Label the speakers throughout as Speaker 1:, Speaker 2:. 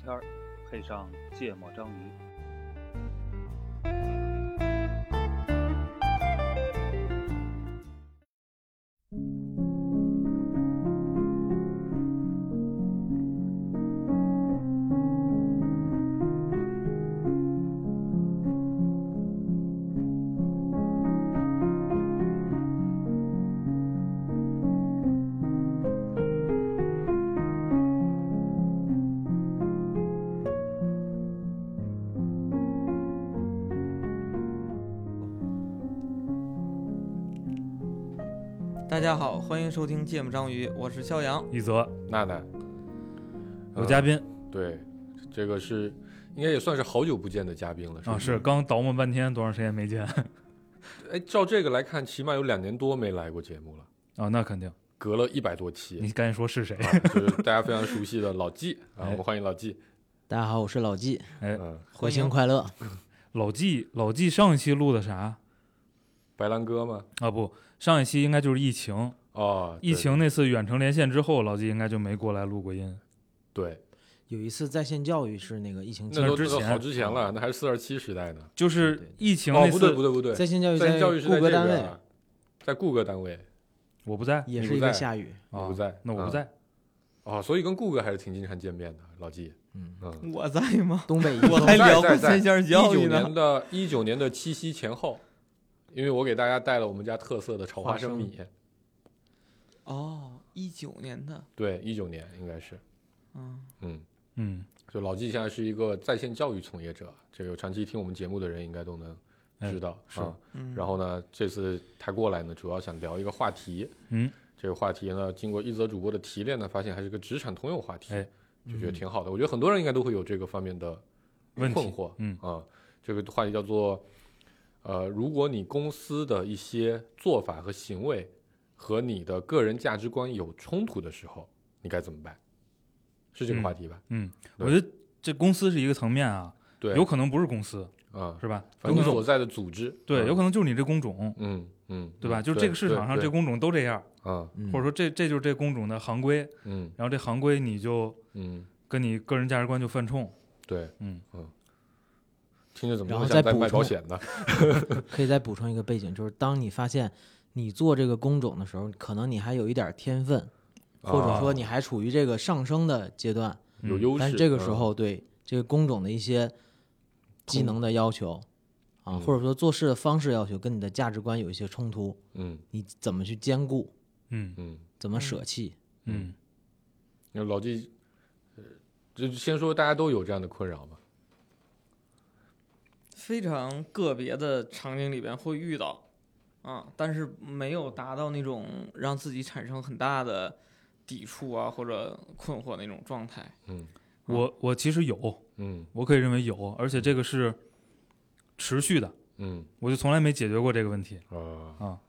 Speaker 1: 片儿，配上芥末章鱼。
Speaker 2: 大家好，欢迎收听《芥末章鱼》，我是肖阳。
Speaker 3: 一泽
Speaker 4: 娜娜，
Speaker 3: 有
Speaker 4: 嗯
Speaker 3: 嘉宾
Speaker 4: 对，这个是应该也算是好久不见的嘉宾了，是
Speaker 3: 啊，
Speaker 4: 不
Speaker 3: 是刚倒磨半天，多长时间没见
Speaker 4: 哎，照这个来看，起码有两年多没来过节目了，
Speaker 3: 啊？那肯定，
Speaker 4: 隔了一百多期，
Speaker 3: 你赶紧说是谁？
Speaker 4: 啊就是大家非常熟悉的老纪啊，
Speaker 3: 哎
Speaker 4: 我们欢迎老纪。
Speaker 5: 大家好，我是老纪，
Speaker 3: 哎，
Speaker 4: 嗯，
Speaker 5: 火星快乐。
Speaker 3: 老纪，老纪上一期录的啥
Speaker 4: 白兰哥吗？
Speaker 3: 啊？不，上一期应该就是疫情，
Speaker 4: 哦，对
Speaker 3: 疫情那次远程连线之后，老纪应该就没过来录过音。
Speaker 4: 对，
Speaker 5: 有一次在线教育是那个疫情期
Speaker 4: 那都
Speaker 3: 之前
Speaker 4: 那都好之前了，那还是四二七时代呢。
Speaker 3: 就是疫情
Speaker 4: 哦，
Speaker 3: 那
Speaker 4: 不
Speaker 3: 次，
Speaker 4: 对不对不对，
Speaker 5: 在线教育
Speaker 4: 在线教育是
Speaker 5: 顾
Speaker 4: 在
Speaker 5: 格
Speaker 4: 这
Speaker 5: 单
Speaker 4: 边
Speaker 5: 位
Speaker 4: 啊，在顾哥单位，
Speaker 3: 我不在
Speaker 5: 也
Speaker 4: 你
Speaker 5: 是
Speaker 4: 不
Speaker 5: 一个
Speaker 4: 在
Speaker 5: 下雨，
Speaker 4: 你
Speaker 3: 啊
Speaker 4: 不在
Speaker 3: 那我不
Speaker 4: 嗯
Speaker 3: 在。
Speaker 4: 哦，所以跟顾哥还是挺经常见面的，老纪。
Speaker 5: 嗯，
Speaker 4: 嗯，
Speaker 2: 我在吗？
Speaker 5: 东 北一
Speaker 2: 我
Speaker 5: 风
Speaker 2: 还聊过
Speaker 4: 在在在
Speaker 2: 三线
Speaker 4: 一
Speaker 2: 教
Speaker 4: 九
Speaker 2: 育呢
Speaker 4: 年。的一九年的七夕前后，因为我给大家带了我们家特色的炒花生米。
Speaker 2: 哦，一九年的，
Speaker 4: 对，一九年应该是，
Speaker 2: 嗯，
Speaker 4: 嗯，
Speaker 3: 嗯，
Speaker 4: 就老纪现在是一个在线教育从业者，这个长期听我们节目的人应该都能
Speaker 3: 哎
Speaker 4: 知道。
Speaker 3: 是
Speaker 4: 啊
Speaker 2: 嗯
Speaker 4: 然后呢，这次他过来呢，主要想聊一个话题。
Speaker 3: 嗯，
Speaker 4: 这个话题呢，经过一则主播的提炼呢，发现还是个职场通用话题，
Speaker 3: 哎
Speaker 4: 就觉得挺好的。我觉得很多人应该都会有这个方面的
Speaker 3: 问
Speaker 4: 困
Speaker 3: 题，
Speaker 4: 惑。
Speaker 3: 嗯
Speaker 4: 啊、这个话题叫做，呃，如果你公司的一些做法和行为和你的个人价值观有冲突的时候，你该怎么办？是这个
Speaker 3: 嗯
Speaker 4: 话题吧？
Speaker 3: 嗯，
Speaker 4: 对
Speaker 3: 我觉得这公司是一个层面啊，
Speaker 4: 对，
Speaker 3: 有可能不是公司，
Speaker 4: 啊、
Speaker 3: 是吧？有
Speaker 4: 反
Speaker 3: 可
Speaker 4: 正你所
Speaker 3: 能
Speaker 4: 在的组织，
Speaker 3: 对，
Speaker 4: 嗯
Speaker 3: 有可能就是你这工种，
Speaker 4: 嗯嗯，
Speaker 3: 对吧？
Speaker 4: 嗯
Speaker 3: 就是这个市场上这，工种都这样，
Speaker 4: 对对啊，
Speaker 5: 嗯
Speaker 3: 或者说这这就是这工种的行规，
Speaker 4: 嗯
Speaker 3: 然后这行规你就
Speaker 4: 嗯，
Speaker 3: 跟你个人价值观就犯冲。
Speaker 4: 对，
Speaker 3: 嗯
Speaker 4: 嗯，听着怎么那
Speaker 5: 然
Speaker 4: 么
Speaker 5: 后
Speaker 4: 像
Speaker 5: 再
Speaker 4: 在
Speaker 5: 补
Speaker 4: 卖保
Speaker 5: 充
Speaker 4: 险呢？
Speaker 5: 可以再补充一个背景，就是当你发现你做这个工种的时候，可能你还有一点天分，或者说
Speaker 4: 啊
Speaker 5: 你还处于这个上升的阶段，
Speaker 4: 有
Speaker 3: 嗯
Speaker 4: 优势，
Speaker 5: 但是这个时
Speaker 4: 嗯
Speaker 5: 候对这个工种的一些技能的要求啊，
Speaker 4: 嗯
Speaker 5: 或者说做事的方式要求跟你的价值观有一些冲突，
Speaker 4: 嗯
Speaker 5: 你怎么去兼顾，
Speaker 3: 嗯
Speaker 4: 嗯，
Speaker 5: 怎么舍弃？
Speaker 3: 嗯，
Speaker 4: 那老纪，呃，就先说大家都有这样的困扰嘛，
Speaker 2: 非常个别的场景里边会遇到，啊，但是没有达到那种让自己产生很大的抵触啊或者困惑那种状态。
Speaker 4: 嗯
Speaker 3: 我我其实有，
Speaker 4: 嗯
Speaker 3: 我可以认为有，而且这个是持续的，
Speaker 4: 嗯
Speaker 3: 我就从来没解决过这个问题，
Speaker 4: 啊
Speaker 3: 啊，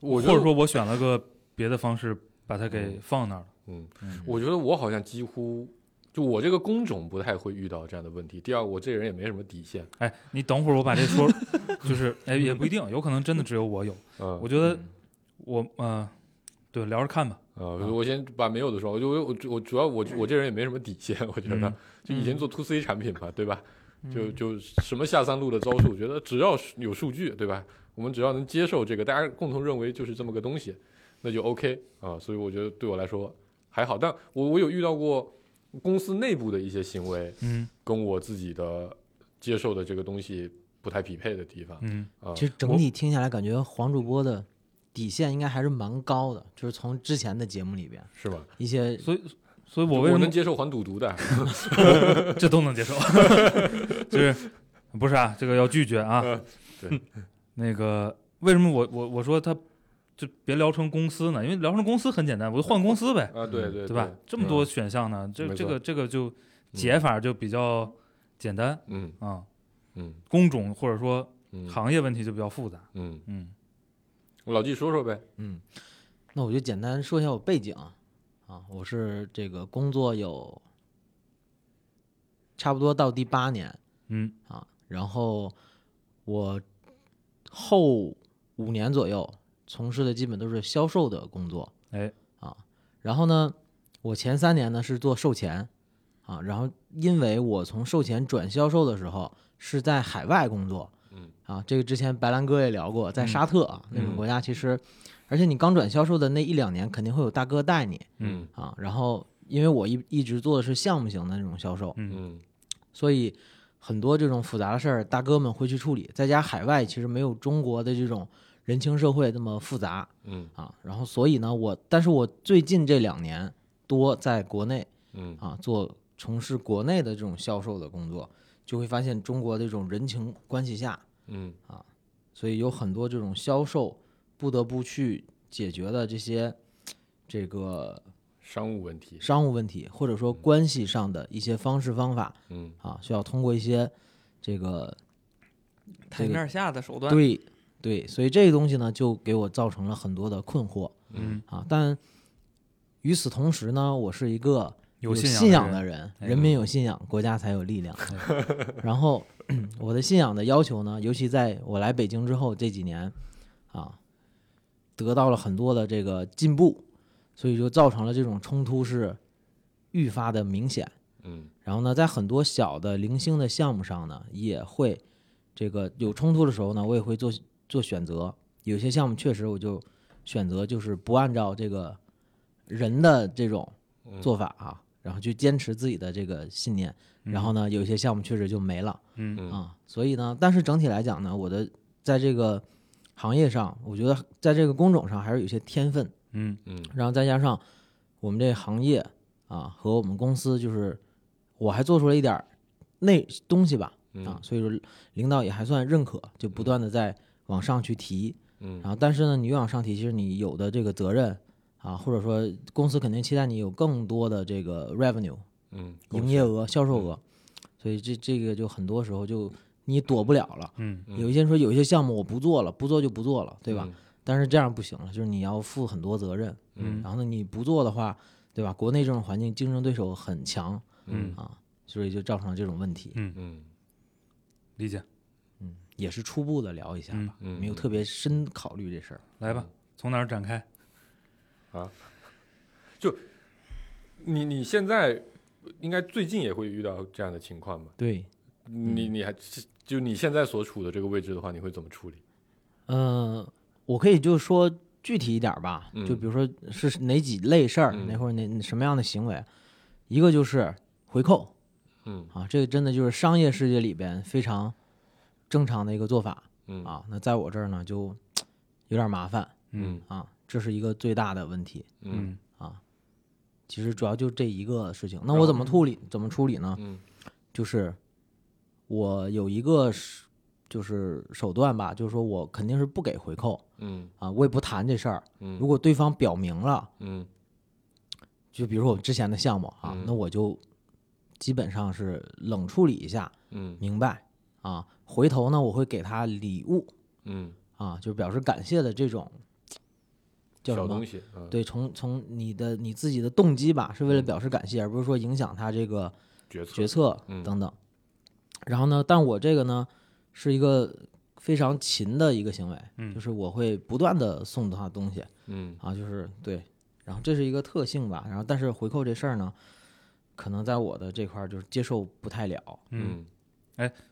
Speaker 4: 我
Speaker 3: 或
Speaker 4: 觉得
Speaker 3: 者说我选了个别的方式把它给放那儿了。
Speaker 4: 嗯
Speaker 3: 嗯，
Speaker 4: 我觉得我好像几乎就我这个工种不太会遇到这样的问题。第二，我这人也没什么底线，
Speaker 3: 哎，你等会儿我把这说， 就是哎也不一定，有可能真的只有我有。
Speaker 4: 嗯
Speaker 3: 我觉得我呃，对，聊着看吧。
Speaker 4: 啊，我先把没有的说，我就我我主要我我这人也没什么底线，我觉得
Speaker 3: 嗯
Speaker 4: 就以前做 to C 产品嘛，对吧？就就什么下三路的招数，我觉得只要是有数据，对吧？我们只要能接受这个，大家共同认为就是这么个东西，那就 OK 啊。所以我觉得对我来说还好，但我我有遇到过公司内部的一些行为
Speaker 3: 嗯
Speaker 4: 跟我自己的接受的这个东西不太匹配的地方
Speaker 3: 嗯，
Speaker 4: 啊。
Speaker 5: 其实整体听下来，感觉黄主播的底线应该还是蛮高的，就是从之前的节目里边
Speaker 4: 是吧？
Speaker 5: 一些
Speaker 3: 所以所以
Speaker 4: 我
Speaker 3: 我为什么嗯
Speaker 4: 能接受还赌毒的？
Speaker 3: 这都能接 受，就是不是啊？这个要拒绝啊。
Speaker 4: 嗯对，
Speaker 3: 那个为什么我我我说他就别聊成公司呢？因为聊成公司很简单，我就换公司呗，
Speaker 4: 啊，对对嗯
Speaker 3: 对吧？这么多选项呢，这
Speaker 4: 没错
Speaker 3: 这个这个就解法就比较简单
Speaker 4: 嗯
Speaker 3: 啊。
Speaker 4: 嗯
Speaker 3: 工种或者说
Speaker 4: 嗯，
Speaker 3: 行业问题就比较复杂。
Speaker 4: 嗯，
Speaker 3: 嗯
Speaker 4: 老纪说说呗。
Speaker 5: 嗯，那我就简单说一下我背景啊，啊，我是这个工作有差不多到第八年
Speaker 3: 嗯
Speaker 5: 啊，然后我后五年左右从事的基本都是销售的工作，
Speaker 3: 哎
Speaker 5: 啊，然后呢，我前三年呢是做售前啊。然后因为我从售前转销售的时候是在海外工作，
Speaker 4: 嗯
Speaker 5: 啊，这个之前白兰哥也聊过，在
Speaker 3: 嗯
Speaker 5: 沙特啊、那种
Speaker 4: 嗯
Speaker 5: 国家，其实而且你刚转销售的那一两年，肯定会有大哥带你
Speaker 4: 嗯
Speaker 5: 啊。然后因为我一一直做的是项目型的那种销售，
Speaker 3: 嗯
Speaker 4: 嗯
Speaker 5: 所以很多这种复杂的事儿，大哥们会去处理。再加海外其实没有中国的这种人情社会那么复杂
Speaker 4: 嗯
Speaker 5: 啊。然后所以呢，我但是我最近这两年多在国内
Speaker 4: 嗯
Speaker 5: 啊做从事国内的这种销售的工作，就会发现中国的这种人情关系下，
Speaker 4: 嗯
Speaker 5: 所以有很多这种销售不得不去解决的这些这个
Speaker 4: 商务问题，
Speaker 5: 商务问题，或者说关系上的一些方式方法
Speaker 4: 嗯
Speaker 5: 啊，需要通过一些这个
Speaker 2: 台面下的手段，
Speaker 5: 对对，所以这个东西呢，就给我造成了很多的困惑
Speaker 3: 嗯，
Speaker 5: 啊。但与此同时呢，我是一个
Speaker 3: 有信
Speaker 5: 信
Speaker 3: 仰
Speaker 5: 仰的
Speaker 3: 人，
Speaker 5: 人，
Speaker 3: 哎
Speaker 5: 人民有信仰，国家才有 力量。然后 我的信仰的要求呢，尤其在我来北京之后这几年啊，得到了很多的这个进步，所以就造成了这种冲突是愈发的明显。
Speaker 4: 嗯
Speaker 5: 然后呢，在很多小的零星的项目上呢，也会这个有冲突的时候呢，我也会做做选择。有些项目确实我就选择就是不按照这个人的这种
Speaker 4: 嗯
Speaker 5: 做法啊，然后去坚持自己的这个信念。然后呢，有些项目确实就没了
Speaker 3: 嗯
Speaker 4: 嗯
Speaker 5: 啊。所以呢，但是整体来讲呢，我的在这个行业上，我觉得在这个工种上还是有些天分。
Speaker 3: 嗯
Speaker 4: 嗯
Speaker 5: 然后再加上我们这行业啊和我们公司，就是我还做出了一点儿内东西吧啊，
Speaker 4: 嗯
Speaker 5: 所以说领导也还算认可，就不断的在往上去提。
Speaker 4: 嗯
Speaker 5: 然后但是呢，你越往上提，其实你有的这个责任啊，或者说公司肯定期待你有更多的这个 revenue
Speaker 4: 嗯，
Speaker 5: 营业额、销售额，所以这这个就很多时候就你躲不了了。
Speaker 3: 嗯
Speaker 4: 嗯
Speaker 5: 有一些人说有一些项目我不做了，不做就不做了，对吧？
Speaker 4: 嗯？
Speaker 5: 但是这样不行了，就是你要负很多责任。
Speaker 3: 嗯
Speaker 5: 然后呢，你不做的话，对吧？国内这种环境竞争对手很强
Speaker 4: 嗯
Speaker 5: 啊，所以就造成了这种问题。
Speaker 4: 嗯
Speaker 3: 理解，
Speaker 5: 嗯，也是初步的聊一下吧，
Speaker 4: 嗯，
Speaker 5: 没有特别深考虑这事儿。
Speaker 3: 来吧，从哪儿展开？
Speaker 4: 你你现在应该最近也会遇到这样的情况吧？
Speaker 5: 对，
Speaker 4: 你你还就你现在所处的这个位置的话，你会怎么处理？
Speaker 5: 嗯、我可以就说具体一点儿吧，
Speaker 4: 嗯
Speaker 5: 就比如说是哪几类事儿，
Speaker 4: 嗯
Speaker 5: 那会儿哪什么样的行为，一个就是回扣
Speaker 4: 嗯
Speaker 5: 啊，这个真的就是商业世界里边非常正常的一个做法
Speaker 4: 嗯
Speaker 5: 啊。那在我这儿呢，就有点麻烦
Speaker 4: 嗯
Speaker 5: 啊，这是一个最大的问题。
Speaker 4: 嗯
Speaker 5: 啊，其实主要就这一个事情。那
Speaker 4: 然后
Speaker 5: 我怎么处理？怎么处理呢？
Speaker 4: 嗯
Speaker 5: 就是我有一个是就是手段吧，就是说我肯定是不给回扣
Speaker 4: 嗯
Speaker 5: 啊，我也不谈这事儿。
Speaker 4: 嗯，
Speaker 5: 如果对方表明了，
Speaker 4: 嗯
Speaker 5: 就比如说我们之前的项目啊，
Speaker 4: 嗯
Speaker 5: 那我就基本上是冷处理一下，
Speaker 4: 嗯
Speaker 5: 明白啊。回头呢，我会给他礼物
Speaker 4: 嗯
Speaker 5: 啊，就表示感谢的这种叫什
Speaker 4: 小
Speaker 5: 么
Speaker 4: 东西，嗯，
Speaker 5: 对，从从你的你自己的动机吧，是为了
Speaker 4: 嗯
Speaker 5: 表示感谢，而不是说影响他这个
Speaker 4: 决策
Speaker 5: 决策
Speaker 4: 嗯
Speaker 5: 等等。然后呢，但我这个呢是一个非常勤的一个行为，
Speaker 3: 嗯
Speaker 5: 就是我会不断的送他东西
Speaker 4: 嗯
Speaker 5: 啊，就是对。然后这是一个特性吧。然后但是回扣这事儿呢，可能在我的这块儿就是接受不太了。
Speaker 4: 嗯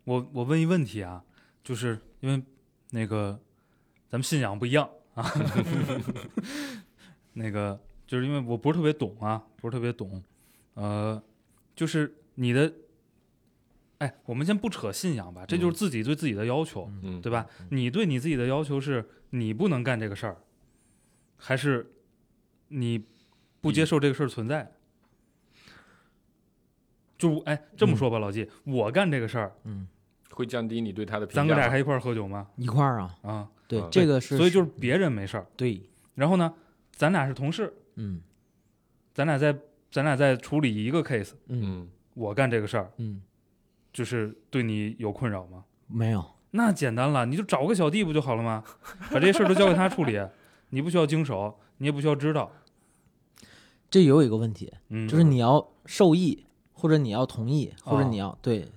Speaker 3: 我我问一问题啊，就是因为那个咱们信仰不一样啊， 那个就是因为我不是特别懂啊，不是特别懂，呃，就是你的，哎，我们先不扯信仰吧，这就是自己对自己的要求，
Speaker 4: 嗯
Speaker 3: 对吧？你对你自己的要求是你不能干这个事儿，还是你不
Speaker 4: 嗯
Speaker 3: 接受这个事儿存在？就我哎，
Speaker 4: 嗯
Speaker 3: 这么说吧，老纪，我干这个事儿，
Speaker 5: 嗯，
Speaker 4: 会降低你对他的评价
Speaker 3: 咱
Speaker 4: 吗。
Speaker 3: 哥俩还一块儿喝酒吗？
Speaker 5: 一块儿啊，
Speaker 3: 啊，
Speaker 5: 对，
Speaker 4: 啊
Speaker 5: 这个是
Speaker 3: 所以就是别人没事儿，
Speaker 5: 对，
Speaker 3: 然后呢，咱俩是同事，
Speaker 5: 嗯
Speaker 3: 咱俩在咱俩在处理一个 case，
Speaker 5: 嗯
Speaker 4: 嗯
Speaker 3: 我干这个事儿
Speaker 5: 嗯，
Speaker 3: 就是对你有困扰吗？
Speaker 5: 没有，
Speaker 3: 那简单了，你就找个小弟不就好了吗？把这些事儿都交给他处理，你不需要经手，你也不需要知道，
Speaker 5: 这有一个问题，
Speaker 3: 嗯，
Speaker 5: 就是你要受益，或者你要同意，或者
Speaker 3: 哦
Speaker 5: 你要对。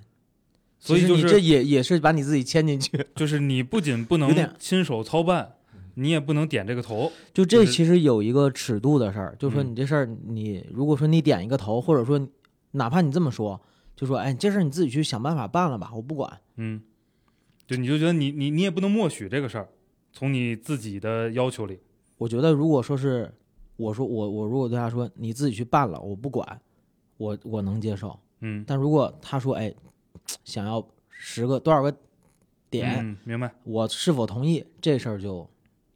Speaker 3: 所以
Speaker 5: 其实
Speaker 3: 就
Speaker 5: 你
Speaker 3: 是
Speaker 5: 这也也是把你自己牵进去，
Speaker 3: 就是你不仅不
Speaker 5: 有点
Speaker 3: 能亲手操办，你也不能点这个头，
Speaker 5: 就
Speaker 3: 就
Speaker 5: 这
Speaker 3: 是
Speaker 5: 其实有一个尺度的事儿，就是说
Speaker 3: 嗯
Speaker 5: 你这事儿，你如果说你点一个头，或者说哪怕你这么说，就说哎，这事儿你自己去想办法办了吧，我不管。
Speaker 3: 嗯，就你就觉得你你你也不能默许这个事儿，从你自己的要求里，
Speaker 5: 我觉得如果说是我说我我如果对他说你自己去办了，我不管，我我能接受。
Speaker 3: 嗯，
Speaker 5: 但如果他说哎，想要十个多少个点，
Speaker 3: 嗯，明白，
Speaker 5: 我是否同意这事儿就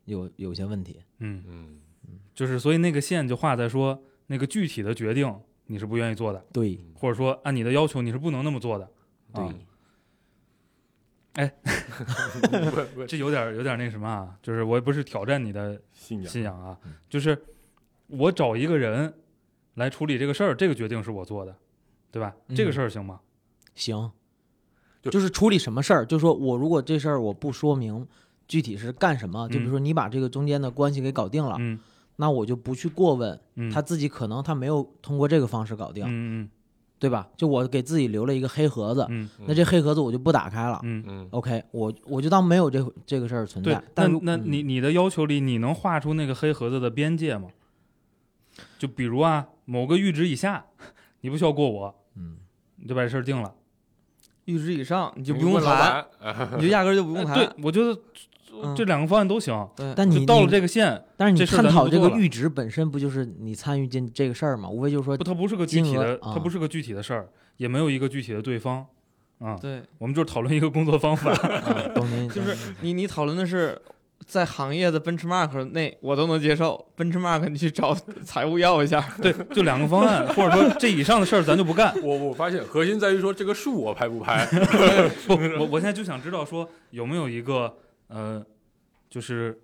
Speaker 5: 有有些问题。
Speaker 3: 嗯，
Speaker 4: 嗯，
Speaker 3: 就是所以那个线就画在说那个具体的决定你是不愿意做的，
Speaker 5: 对
Speaker 3: 或者说按你的要求你是不能那么做的，啊，
Speaker 4: 不不，
Speaker 3: 这有点有点那什么啊，就是我也不是挑战你的
Speaker 4: 信仰，
Speaker 3: 信仰啊，
Speaker 5: 嗯
Speaker 3: 就是我找一个人来处理这个事儿，这个决定是我做的，对吧？
Speaker 5: 嗯
Speaker 3: 这个事儿行吗？
Speaker 5: 行，
Speaker 4: 就
Speaker 5: 就是处理什么事儿，就说我如果这事儿我不说明具体是干什么，就比如说你把这个中间的关系给搞定了，
Speaker 3: 嗯
Speaker 5: 那我就不去过问
Speaker 3: 嗯，
Speaker 5: 啊他自己，啊可能他没有通过这个方式搞定，
Speaker 3: 嗯
Speaker 5: 对吧？就我给自己留了一个黑盒子，
Speaker 3: 嗯
Speaker 5: 那这黑盒子我就不打开了。
Speaker 3: 嗯嗯，
Speaker 4: 嗯
Speaker 5: OK，我我就当没有这这个事儿存
Speaker 3: 对
Speaker 5: 在。。
Speaker 3: 那
Speaker 5: 但如
Speaker 3: 那
Speaker 5: 嗯
Speaker 3: 你你的要求里，你能画出那个黑盒子的边界吗？就比如啊，某个阈值以下，你不需要过我，
Speaker 5: 嗯，
Speaker 3: 你就把这事儿定了。
Speaker 2: 阈值以上你就
Speaker 4: 你
Speaker 2: 不用
Speaker 4: 问老
Speaker 2: 谈，
Speaker 4: 板，啊
Speaker 2: 你就压根儿就不用
Speaker 3: 哎
Speaker 2: 谈。
Speaker 3: 对，我觉得
Speaker 2: 嗯
Speaker 3: 这两个方案都行。
Speaker 2: 对，
Speaker 5: 但你
Speaker 3: 就到了
Speaker 5: 你
Speaker 3: 这个线，
Speaker 5: 但是
Speaker 3: 这
Speaker 5: 你
Speaker 3: 事儿咱
Speaker 5: 探讨
Speaker 3: 就不
Speaker 5: 这个
Speaker 3: 做了
Speaker 5: 阈值本身不就是你参与进这个事儿吗？无非就是说
Speaker 3: 不，它不是个具体的，
Speaker 5: 金额啊
Speaker 3: 它不是个具体的事儿，也没有一个具体的对方。啊，
Speaker 2: 对
Speaker 3: 我们就是讨论一个工作方法。
Speaker 5: 啊懂您
Speaker 2: 就是你你讨论的是在行业的 benchmark 内，我都能接受。benchmark 你去找财务要一下，
Speaker 3: 对，就两个方案，或者说这以上的事儿咱就不干。
Speaker 4: 我我发现核心在于说这个数我拍不拍，
Speaker 3: 不，我我现在就想知道说有没有一个呃，就是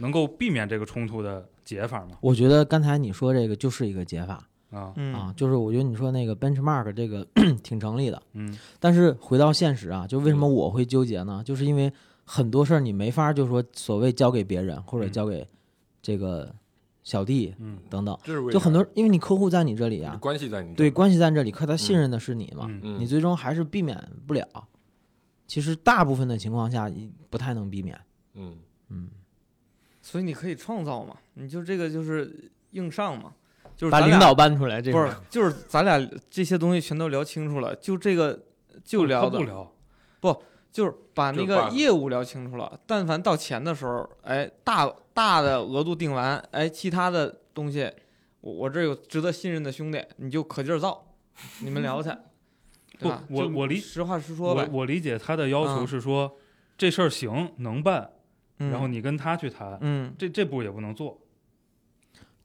Speaker 3: 能够避免这个冲突的解法吗？
Speaker 5: 我觉得刚才你说这个就是一个解法
Speaker 3: 啊，
Speaker 2: 嗯
Speaker 5: 啊，就是我觉得你说那个 benchmark 这个 挺成立的，
Speaker 3: 嗯
Speaker 5: 但是回到现实啊，就为什
Speaker 2: 嗯
Speaker 5: 么我会纠结呢？就是因为很多事儿你没法就说所谓交给别人或者
Speaker 3: 嗯
Speaker 5: 交给这个小弟
Speaker 3: 嗯
Speaker 5: 等等，
Speaker 4: 这是为
Speaker 5: 就
Speaker 4: 啥
Speaker 5: 很多因为你客户在你这里
Speaker 4: 你
Speaker 5: 啊，
Speaker 4: 关系在你这
Speaker 5: 对，
Speaker 4: 儿，
Speaker 5: 关系在这里，可他信任的是你嘛，
Speaker 3: 嗯
Speaker 4: 嗯
Speaker 5: 你最终还是避免不了。其实大部分的情况下你不太能避免，
Speaker 4: 嗯
Speaker 5: 嗯，
Speaker 2: 所以你可以创造嘛，你就这个就是硬上嘛，就是
Speaker 5: 把
Speaker 2: 咱
Speaker 5: 领
Speaker 2: 俩
Speaker 5: 导搬出来这
Speaker 2: 不
Speaker 5: 个
Speaker 2: 是，就是咱俩这些东西全都聊清楚了，就这个就聊
Speaker 3: 他
Speaker 2: 的
Speaker 3: 不聊，
Speaker 2: 就是把
Speaker 4: 就
Speaker 2: 那
Speaker 4: 挂
Speaker 2: 个
Speaker 4: 了
Speaker 2: 业务聊清楚了，但凡到钱的时候，哎，大大的额度定完，哎，其他的东西，我我这有值得信任的兄弟，你就可劲儿造，你们聊去，对吧？
Speaker 3: 不我
Speaker 2: 就
Speaker 3: 我理
Speaker 2: 实话实说
Speaker 3: 我
Speaker 2: 呗，
Speaker 3: 我理解他的要求
Speaker 2: 嗯
Speaker 3: 是说、这事儿行能办，
Speaker 2: 嗯
Speaker 3: 然后你跟他去谈，
Speaker 2: 嗯，
Speaker 3: 这这步也不能做。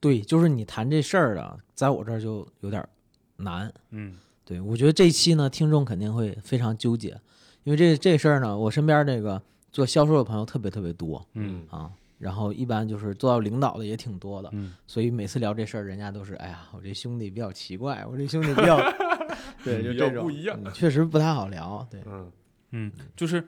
Speaker 5: 对，就是你谈这事儿啊，在我这儿就有点儿难。
Speaker 3: 嗯
Speaker 5: 对我觉得这一期呢，听众肯定会非常纠结，因为这这事儿呢，我身边这个做销售的朋友特别特别多
Speaker 3: 嗯
Speaker 5: 啊，然后一般就是做到领导的也挺多的，
Speaker 3: 嗯
Speaker 5: 所以每次聊这事儿，人家都是哎呀，我这兄弟比较奇怪，我这兄弟比较，对，就
Speaker 4: 比
Speaker 5: 这
Speaker 4: 较
Speaker 5: 种
Speaker 4: 不一样，
Speaker 5: 嗯确实不太好聊。对，
Speaker 4: 嗯
Speaker 3: 嗯，就是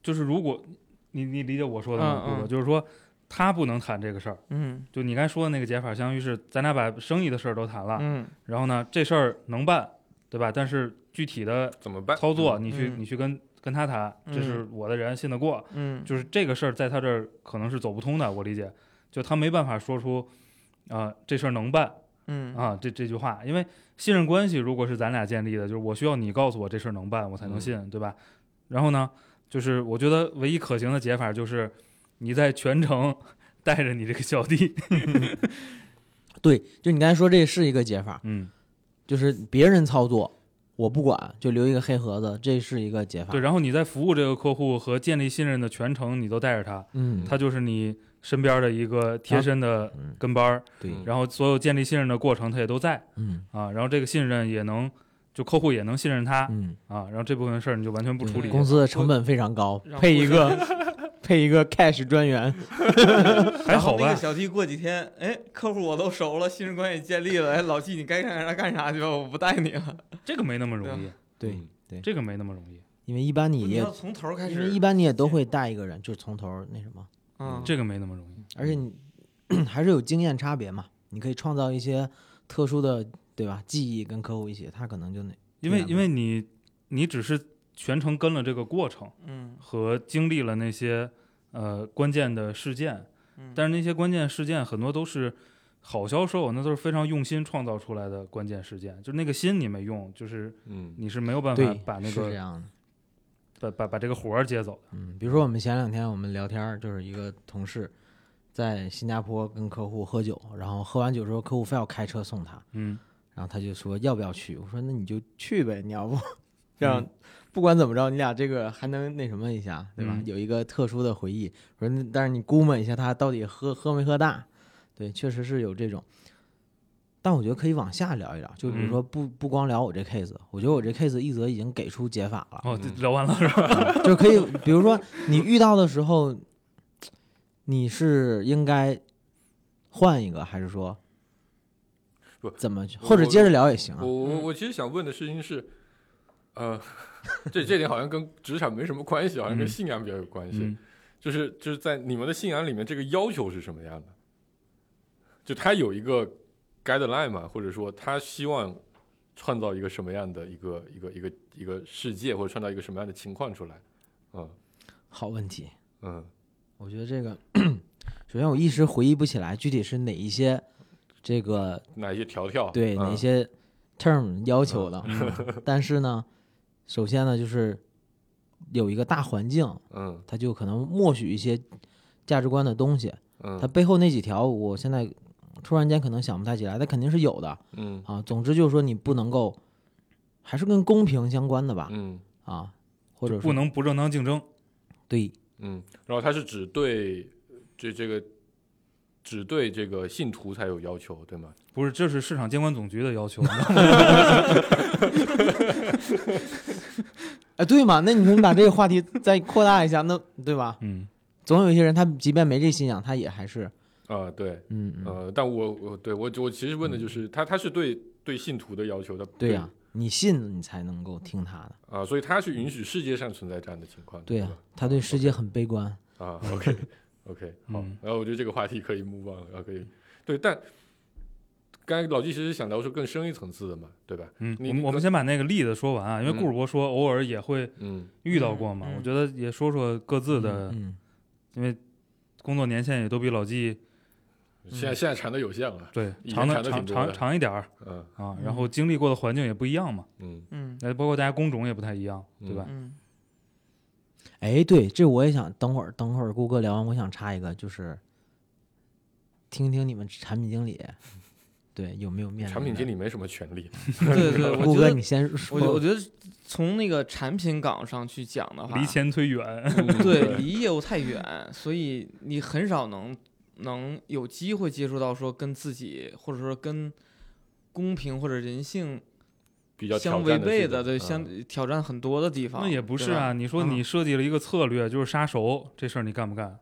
Speaker 3: 就是如果你你理解我说的吗？
Speaker 2: 嗯嗯
Speaker 3: 顾哥就是说他不能谈这个事儿，
Speaker 2: 嗯
Speaker 3: 就你刚才说的那个解法，相当于是咱俩把生意的事儿都谈了，
Speaker 2: 嗯
Speaker 3: 然后呢这事儿能办，对吧？但是具体的
Speaker 4: 怎么办？
Speaker 3: 操作，你去
Speaker 2: 嗯
Speaker 3: 你去跟跟他谈，这是我的人，信得过。
Speaker 2: 嗯，
Speaker 3: 就是这个事儿在他这儿可能是走不通的，我理解，就他没办法说出，啊、这事儿能办
Speaker 2: 嗯
Speaker 3: 啊这这句话，因为信任关系如果是咱俩建立的，就是我需要你告诉我这事儿能办，我才能
Speaker 4: 嗯
Speaker 3: 信，对吧？然后呢，就是我觉得唯一可行的解法就是你在全程 带着你这个小弟，
Speaker 5: 对，就你刚才说这是一个解法，
Speaker 3: 嗯，
Speaker 5: 就是别人操作我不管，就留一个黑盒子，这是一个解 法
Speaker 3: 对，。然后你在服务这个客户和建立信任的全程你都带着他，
Speaker 5: 嗯，
Speaker 3: 他就是你身边的一个贴身的
Speaker 5: 嗯
Speaker 3: 跟班儿，
Speaker 5: 对，
Speaker 4: 嗯
Speaker 3: 然后所有建立信任的过程他也都在
Speaker 5: 嗯
Speaker 3: 啊，然后这个信任也能就客户也能信任他
Speaker 5: 嗯。
Speaker 3: 啊，然后这部分事儿你就完全不处理
Speaker 2: 对
Speaker 5: 公司的成本非常高
Speaker 2: 让，
Speaker 5: 配
Speaker 2: 互
Speaker 5: 一个配一个 cash 专员，
Speaker 3: 还好
Speaker 2: 然后那
Speaker 3: 吧
Speaker 2: 个？小弟过几天，哎，客户我都熟了，信任关系建立了，哎，老季你该干啥干啥去吧，我不带你了。
Speaker 3: 这个没那么容易，
Speaker 5: 对，
Speaker 4: 嗯
Speaker 3: 这个没那么容易，
Speaker 5: 因为一般你
Speaker 2: 你
Speaker 5: 也
Speaker 2: 要从头开
Speaker 5: 因为
Speaker 2: 始，
Speaker 5: 一般你也都会带一个人，就是从头儿那什么，
Speaker 2: 嗯，
Speaker 3: 这个没那么容易。
Speaker 5: 而且你 还是有经验差别嘛，你可以创造一些特殊的对吧记忆跟客户一起，他可能就那
Speaker 3: 因为
Speaker 5: 对啊
Speaker 3: 因为你你只是全程跟了这个过程
Speaker 2: 嗯
Speaker 3: 和经历了那些呃关键的事件，
Speaker 2: 嗯，
Speaker 3: 但是那些关键事件很多都是好销售那都是非常用心创造出来的关键事件，就那个心你没用，就是
Speaker 4: 嗯
Speaker 3: 你是没有办
Speaker 5: 对
Speaker 3: 法把那
Speaker 5: 是这
Speaker 3: 个
Speaker 5: 样的。
Speaker 3: 把把把这个活儿接走的。
Speaker 5: 嗯，比如说我们前两天我们聊天儿，就是一个同事在新加坡跟客户喝酒，然后喝完酒之后，客户非要开车送他，
Speaker 3: 嗯，
Speaker 5: 然后他就说要不要去？我说那你就去呗，你要不这样，不管怎么着，你俩这个还能那什么一下，对吧？
Speaker 3: 嗯
Speaker 5: 有一个特殊的回忆。我说那，但是你估摸一下他到底喝喝没喝大？对，确实是有这种。但我觉得可以往下聊一聊，就比如
Speaker 3: 嗯
Speaker 5: 说不、不光聊我这 case，我觉得我这 case 一则已经给出解 法了，
Speaker 3: 哦，这聊完了是吧？
Speaker 5: 就可以，比如说你遇到的时候，你是应该换一个，还是说
Speaker 4: 不
Speaker 5: 怎么去，
Speaker 4: 我
Speaker 5: 或者接着聊也行啊
Speaker 4: 我？我我其实想问的事情是，呃， 这这点好像跟职场没什么关系，好像跟
Speaker 3: 嗯
Speaker 4: 信仰比较有关系。
Speaker 3: 嗯
Speaker 4: 就是就是在你们的信仰里面，这个要求是什么样的？就他有一个 guideline 嘛，或者说他希望创造一个什么样的一个一个一个一个世界，或者创造一个什么样的情况出来？嗯
Speaker 5: 好问题，
Speaker 4: 嗯
Speaker 5: 我觉得这个，首先我一时回忆不起来具体是哪一些这个
Speaker 4: 哪一些条条？
Speaker 5: 对
Speaker 4: 嗯
Speaker 5: 哪些 term 要求的， 但是呢，首先呢就是有一个大环境，
Speaker 4: 嗯
Speaker 5: 它就可能默许一些价值观的东西，
Speaker 4: 嗯，
Speaker 5: 它背后那几条，我现在突然间可能想不太起来，它肯定是有的
Speaker 4: 嗯
Speaker 5: 啊。总之就是说，你不能够，还是跟公平相关的吧？
Speaker 4: 嗯
Speaker 5: 啊，或者
Speaker 3: 不
Speaker 5: 说
Speaker 3: 能不正当竞争。
Speaker 5: 对
Speaker 4: 嗯，然后他是只对这这个只对这个信徒才有要求，对吗？
Speaker 3: 不是，这是市场监管总局的要求。
Speaker 5: 哎，对嘛？那你说你把这个话题再扩大一下，那对吧？
Speaker 3: 嗯，
Speaker 5: 总有一些人，他即便没这信仰，他也还是
Speaker 4: 啊、对，
Speaker 5: 嗯嗯，
Speaker 4: 呃，但我我对我我其实问的就是他他是对对信徒的要求，他
Speaker 5: 对呀、你信了，你才能够听他的。
Speaker 4: 啊、所以他是允许世界上存在这样的情况，
Speaker 5: 对
Speaker 2: 啊嗯
Speaker 5: 呀、
Speaker 4: 吧
Speaker 5: 他对世界很悲观。
Speaker 4: 啊，OK OK，好
Speaker 3: 嗯，
Speaker 4: 然后我觉得这个话题可以 move on 了，可以，对，但刚才老季其实想聊说更深一层次的嘛，对吧？
Speaker 3: 嗯，
Speaker 4: 你
Speaker 3: 我们我们先把那个例子说完啊，因为顾主播说偶尔也会
Speaker 4: 嗯
Speaker 3: 遇到过嘛，
Speaker 2: 嗯嗯
Speaker 3: 我觉得也说说各自的，
Speaker 5: 嗯，
Speaker 3: 因为工作年限也都比老纪
Speaker 4: 现在现在缠的有限了，
Speaker 3: 对
Speaker 4: 已经
Speaker 3: 长的
Speaker 4: 长得
Speaker 3: 长
Speaker 4: 挺多的
Speaker 3: 长长一点儿
Speaker 4: 嗯
Speaker 3: 啊，
Speaker 2: 嗯
Speaker 3: 然后经历过的环境也不一样嘛，
Speaker 4: 嗯
Speaker 2: 嗯
Speaker 3: 那包括大家工种也不太一样，对吧？
Speaker 2: 嗯
Speaker 5: 哎，对，这我也想等会儿等会儿顾哥聊完，我想插一个，就是听听你们产品经理对有没有面
Speaker 4: 产品
Speaker 5: 理。
Speaker 4: 经理没什么权利，
Speaker 2: 对对，我
Speaker 5: 顾
Speaker 2: 觉
Speaker 5: 哥，
Speaker 2: 得
Speaker 5: 你先
Speaker 2: 我
Speaker 5: 说。
Speaker 2: 觉我觉得从那个产品岗上去讲的话
Speaker 3: 离，钱忒远，
Speaker 5: 嗯
Speaker 2: 对离业务太远，所以你很少能能有机会接触到说跟自己或者说跟公平或者人性
Speaker 4: 比较
Speaker 2: 相
Speaker 4: 挑
Speaker 2: 违
Speaker 4: 战
Speaker 2: 背
Speaker 4: 事情
Speaker 2: 对
Speaker 4: 嗯
Speaker 2: 相挑战很多的地方。
Speaker 3: 那也不是
Speaker 2: 对吧
Speaker 3: 啊。，你说你设计了一个策略，就是杀熟这事儿，你干不干？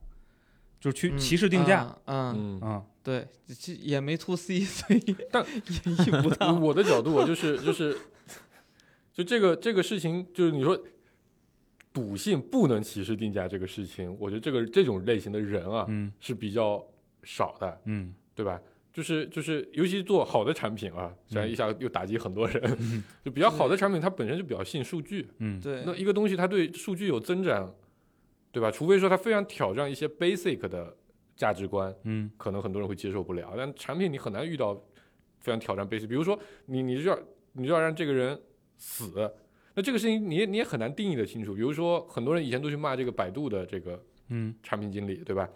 Speaker 3: 就是去
Speaker 2: 嗯
Speaker 3: 歧视定价，
Speaker 2: 嗯嗯
Speaker 4: 嗯，
Speaker 3: 啊，
Speaker 2: 对，其实也没 to C，所 以
Speaker 4: 但
Speaker 2: 也意不
Speaker 4: 我
Speaker 2: 到。
Speaker 4: 我的角度，我就是就是，就这个这个事情，就是你说笃信不能歧视定价这个事情，我觉得这个这种类型的人啊、
Speaker 3: 嗯
Speaker 4: 是比较少的，
Speaker 3: 嗯
Speaker 4: 对吧？就是就是，尤其做好的产品啊，虽然一下又打击很多人， 就比较好的产品，它本身就比较信数据。
Speaker 3: 嗯，
Speaker 2: 对，
Speaker 4: 那一个东西它对数据有增长，对吧？除非说它非常挑战一些 basic 的价值观，
Speaker 3: 嗯
Speaker 4: 可能很多人会接受不了。但产品你很难遇到非常挑战 basic，比如说你你就要你就要让这个人死，那这个事情你也你也很难定义的清楚。比如说很多人以前都去骂这个百度的这个
Speaker 3: 嗯
Speaker 4: 产品经理，对吧？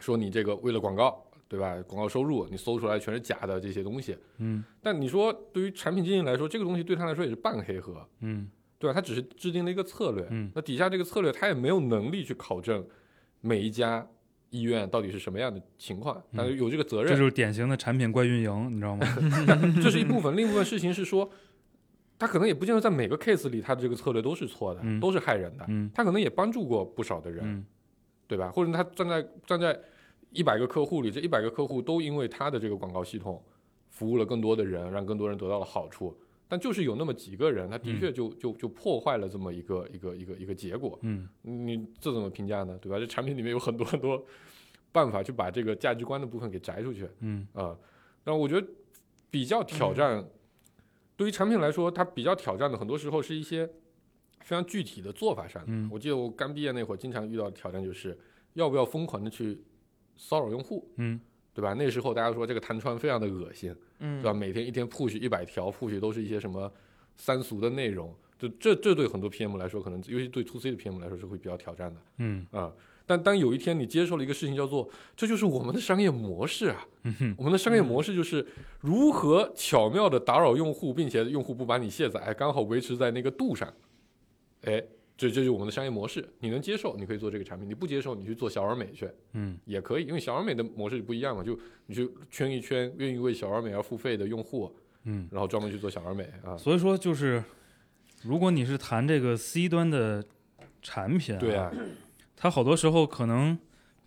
Speaker 4: 说你这个为了广告，对吧？广告收入你搜出来全是假的这些东西。
Speaker 3: 嗯
Speaker 4: 但你说对于产品经理来说，这个东西对他来说也是半黑盒，
Speaker 3: 嗯
Speaker 4: 对吧？他只是制定了一个策略，
Speaker 3: 嗯
Speaker 4: 那底下这个策略他也没有能力去考证每一家医院到底是什么样的情况，
Speaker 3: 嗯
Speaker 4: 他有这个责
Speaker 3: 这
Speaker 4: 任，
Speaker 3: 就是 典型的产品怪运营，你知道吗？
Speaker 4: 这是一部分。另一部分事情是说，他可能也不见得在每个 case 里他的这个策略都是错的，
Speaker 3: 嗯
Speaker 4: 都是害人的，
Speaker 3: 嗯
Speaker 4: 他可能也帮助过不少的人，
Speaker 3: 嗯
Speaker 4: 对吧？或者他站在站在一百个客户里，这一百个客户都因为他的这个广告系统服务了更多的人，让更多人得到了好处。但就是有那么几个人，他的确就就就破坏了这么一个一个一个一个结果。
Speaker 3: 嗯
Speaker 4: 你这怎么评价呢？对吧？这产品里面有很多很多办法去把这个价值观的部分给摘出去啊、
Speaker 3: 嗯
Speaker 4: 然后我觉得比较挑战，对于产品来说，它比较挑战的很多时候是一些非常具体的做法上的。
Speaker 3: 嗯
Speaker 4: 我记得我刚毕业那会儿，经常遇到的挑战就是要不要疯狂的去骚扰用户，
Speaker 3: 嗯
Speaker 4: 对吧？那时候大家说这个弹窗非常的恶心，
Speaker 2: 嗯
Speaker 4: 对吧？每天一天 push 一百条，push 都是一些什么三俗的内容，就这这对很多 PM 来说，可能尤其对 to C 的 PM 来说是会比较挑战的
Speaker 3: 嗯
Speaker 4: 啊、但当有一天你接受了一个事情，叫做这就是我们的商业模式啊，
Speaker 3: 嗯哼
Speaker 4: 我们的商业模式就是如何巧妙的打扰用户，并且用户不把你卸载，刚好维持在那个度上。哎，这这就是我们的商业模式。你能接受，你可以做这个产品；你不接受，你去做小而美去
Speaker 3: 嗯
Speaker 4: 也可以，因为小而美的模式不一样嘛。就你去圈一圈愿意为小而美而付费的用户，
Speaker 3: 嗯，
Speaker 4: 然后专门去做小而美啊。
Speaker 3: 所以说就是，如果你是谈这个 C 端的产品、
Speaker 4: 对啊，
Speaker 3: 它好多时候可能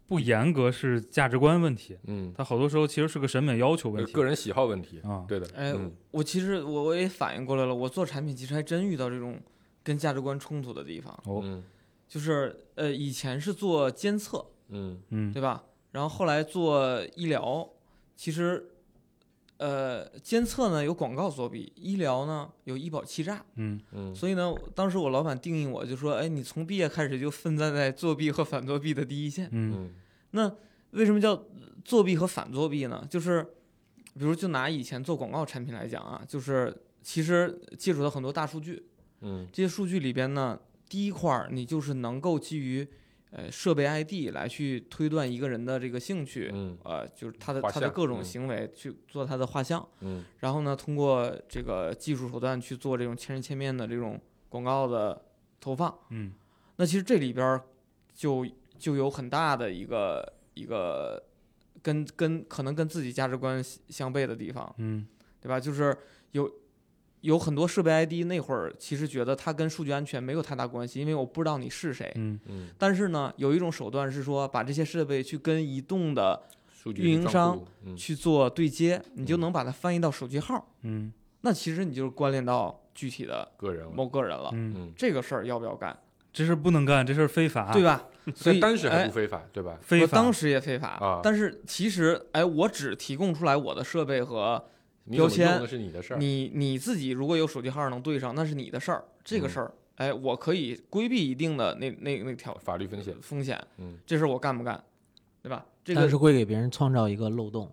Speaker 3: 不严格是价值观问题，
Speaker 4: 嗯，
Speaker 3: 它好多时候其实是个审美要求问
Speaker 4: 呃
Speaker 3: 题。
Speaker 4: 个人喜好问题，
Speaker 3: 啊，
Speaker 4: 对的。
Speaker 2: 哎
Speaker 4: 嗯，
Speaker 2: 我其实我我也反应过来了，我做产品其实还真遇到这种跟价值观冲突的地方，
Speaker 3: 哦
Speaker 4: 嗯
Speaker 2: 就是呃以前是做监测，
Speaker 4: 嗯
Speaker 3: 嗯
Speaker 2: 对吧？然后后来做医疗，其实呃监测呢有广告作弊，医疗呢有医保欺诈，
Speaker 3: 嗯
Speaker 4: 嗯，
Speaker 2: 所以呢当时我老板定义我就说，哎，你从毕业开始就奋战在作弊和反作弊的第一线。
Speaker 3: 嗯
Speaker 4: 嗯
Speaker 2: 那为什么叫作弊和反作弊呢？就是，比如就拿以前做广告产品来讲啊，就是其实接触到很多大数据，
Speaker 4: 嗯
Speaker 2: 这些数据里边呢，第一块儿你就是能够基于呃设备 ID 来去推断一个人的这个兴趣，
Speaker 4: 嗯
Speaker 2: 呃，就是他的
Speaker 4: 画
Speaker 2: 他的
Speaker 4: 像
Speaker 2: 各种
Speaker 4: 嗯
Speaker 2: 行为去做他的画像，
Speaker 4: 嗯
Speaker 2: 然后呢，通过这个技术手段去做这种千人千面的这种广告的投放。
Speaker 3: 嗯
Speaker 2: 那其实这里边儿就就有很大的一个一个跟跟可能跟自己价值观相相悖的地方，
Speaker 3: 嗯
Speaker 2: 对吧？就是有有很多设备 ID 那会儿其实觉得它跟数据安全没有太大关系，因为我不知道你是谁。
Speaker 3: 嗯
Speaker 4: 嗯，
Speaker 2: 但是呢，有一种手段是说把这些设备去跟移动的
Speaker 4: 数据
Speaker 2: 运营商
Speaker 4: 账户，嗯
Speaker 2: 去做对接，你就能把它翻译到手机号。
Speaker 3: 嗯
Speaker 2: 那其实你就是关联到具体的
Speaker 4: 个人了，
Speaker 2: 某个人了。
Speaker 3: 嗯，
Speaker 4: 嗯，
Speaker 2: 这个事儿要不要干，
Speaker 3: 这事儿不能干，这事儿非
Speaker 4: 啊
Speaker 3: 法，
Speaker 2: 对 吧？所以
Speaker 4: 但当时还
Speaker 2: 哎
Speaker 4: 不非法，对吧？
Speaker 3: 非
Speaker 2: 我
Speaker 3: 法。
Speaker 2: 当时也非法
Speaker 4: 啊
Speaker 2: 但是其实，哎，我只提供出来我的设备和
Speaker 4: 你怎么
Speaker 2: 标签
Speaker 4: 用的是你的事儿，
Speaker 2: 你你自己如果有手机号能对上，那是你的事儿。这个
Speaker 4: 嗯
Speaker 2: 事儿，哎，我可以规避一定的那那那条
Speaker 4: 法律风险，
Speaker 2: 风险。
Speaker 4: 嗯
Speaker 2: 这事儿我干不干，对吧？这
Speaker 5: 但
Speaker 2: 个
Speaker 5: 是会给别人创造一个漏洞。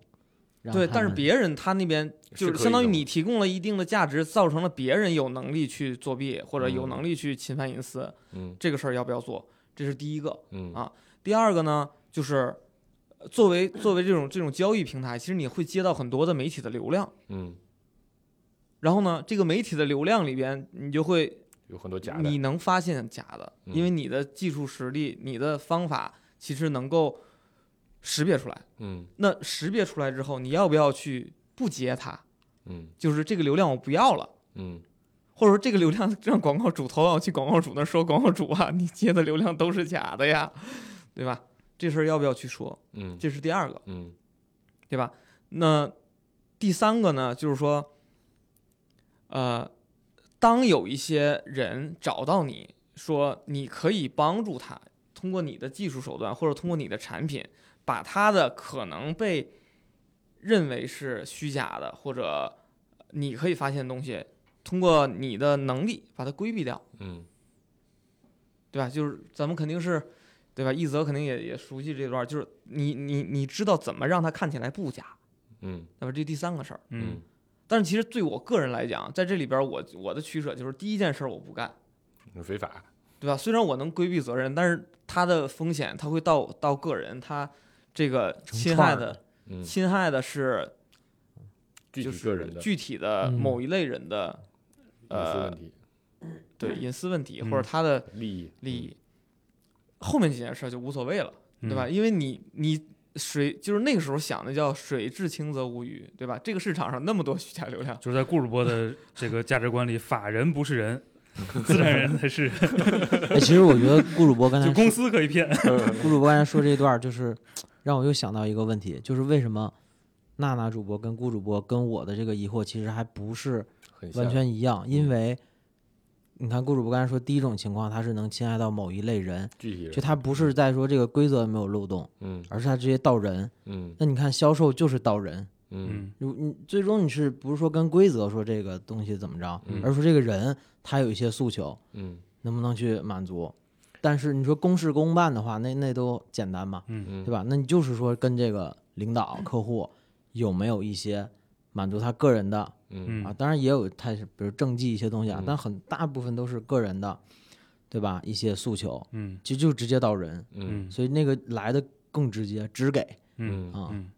Speaker 5: 让
Speaker 2: 对，
Speaker 5: 他
Speaker 2: 但是
Speaker 5: 们
Speaker 2: 别人他那边就是是
Speaker 4: 可以
Speaker 2: 相当于
Speaker 4: 的
Speaker 2: 你提供了一定的价值，造成了别人有能力去作弊或者有
Speaker 4: 嗯
Speaker 2: 能力去侵犯隐私，
Speaker 4: 嗯
Speaker 2: 这个事儿要不要做？这是第一个。
Speaker 4: 嗯
Speaker 2: 啊第二个呢，就是呃作为作为这种这种交易平台，其实你会接到很多的媒体的流量，
Speaker 4: 嗯，
Speaker 2: 然后呢，这个媒体的流量里边，你就会
Speaker 4: 有很多假的
Speaker 2: 你，能发现假的，
Speaker 4: 嗯
Speaker 2: 因为你的技术实力、你的方法其实能够识别出来。
Speaker 4: 嗯
Speaker 2: 那识别出来之后，你要不要去不接它？
Speaker 4: 嗯
Speaker 2: 就是这个流量我不要了。
Speaker 4: 嗯
Speaker 2: 或者说这个流量让广告主投放去广告主那儿说广告主啊，你接的流量都是假的呀，对吧？这事儿要不要去说？
Speaker 4: 嗯
Speaker 2: 这是第二个。
Speaker 4: 嗯
Speaker 2: 对吧？那第三个呢，就是说，呃，当有一些人找到你说你可以帮助他，通过你的技术手段或者通过你的产品，把他的可能被认为是虚假的或者你可以发现的东西，通过你的能力把它规避掉，
Speaker 4: 嗯
Speaker 2: 对吧？就是咱们肯定是。对吧？一泽肯定也也熟悉这段儿，就是你你你知道怎么让它看起来不假，
Speaker 4: 嗯
Speaker 2: 那么这第三个事儿。
Speaker 3: 嗯，
Speaker 2: 但是其实对我个人来讲，在这里边儿我我的取舍就是第一件事儿我不干，
Speaker 4: 嗯，非法，
Speaker 2: 对吧？虽然我能规避责任，但是它的风险它会到到个人，它这个
Speaker 5: 成
Speaker 2: 侵
Speaker 5: 串
Speaker 2: 害
Speaker 5: 儿
Speaker 2: 的
Speaker 4: 嗯，
Speaker 2: 侵害的是
Speaker 4: 具
Speaker 2: 就
Speaker 4: 体
Speaker 2: 是
Speaker 4: 个人的
Speaker 2: 具体的
Speaker 5: 嗯
Speaker 2: 某一类人的
Speaker 4: 隐私
Speaker 2: 呃
Speaker 4: 问题、
Speaker 2: 对隐私问题
Speaker 3: 嗯
Speaker 2: 或者他的
Speaker 4: 利益、
Speaker 2: 利益。后面几件事儿就无所谓了，
Speaker 3: 嗯
Speaker 2: 对吧？？因为你你水就是那个时候想的叫水至清则无鱼，对吧？这个市场上那么多虚假流量。
Speaker 3: 就是在顾主播的这个价值观里，法人不是人，自然人才是人，
Speaker 5: 哎，其实我觉得顾主 播刚才
Speaker 3: 就公司可以骗。
Speaker 5: 顾主播刚才说这一段儿，就是让我又想到一个问题，就是为什么娜娜主播跟顾主播跟我的这个疑惑其实还不是
Speaker 4: 很像
Speaker 5: 完全一嗯样，因为你看顾主播刚才说第一种情况，他是能侵害到某一类人，
Speaker 4: 具体人，
Speaker 5: 就他不是在说这个规则有没有漏洞，
Speaker 4: 嗯
Speaker 5: 而是他直接到人。
Speaker 4: 嗯
Speaker 5: 那你看销售就是到人，
Speaker 4: 嗯
Speaker 3: 嗯
Speaker 5: 如你最终你是不是说跟规则说这个东西怎么着，
Speaker 4: 嗯
Speaker 5: 而是说这个人他有一些诉求，
Speaker 4: 嗯
Speaker 5: 能不能去满足？但是你说公事公办的话，那那都简单嘛，
Speaker 3: 嗯
Speaker 4: 嗯，
Speaker 5: 对
Speaker 4: 吧？
Speaker 5: 吧？那你就是说跟这个领导、客户有没有一些满足他个人的
Speaker 4: 嗯
Speaker 5: 啊，
Speaker 3: 嗯
Speaker 5: 当然也有他是比如政绩一些东西啊
Speaker 4: 嗯，
Speaker 5: 但很大部分都是个人的，对吧？一些诉求
Speaker 3: 嗯
Speaker 5: 就就直接到人，
Speaker 4: 嗯
Speaker 5: 所以那个来的更直接，只给
Speaker 3: 嗯
Speaker 5: 啊，
Speaker 3: 嗯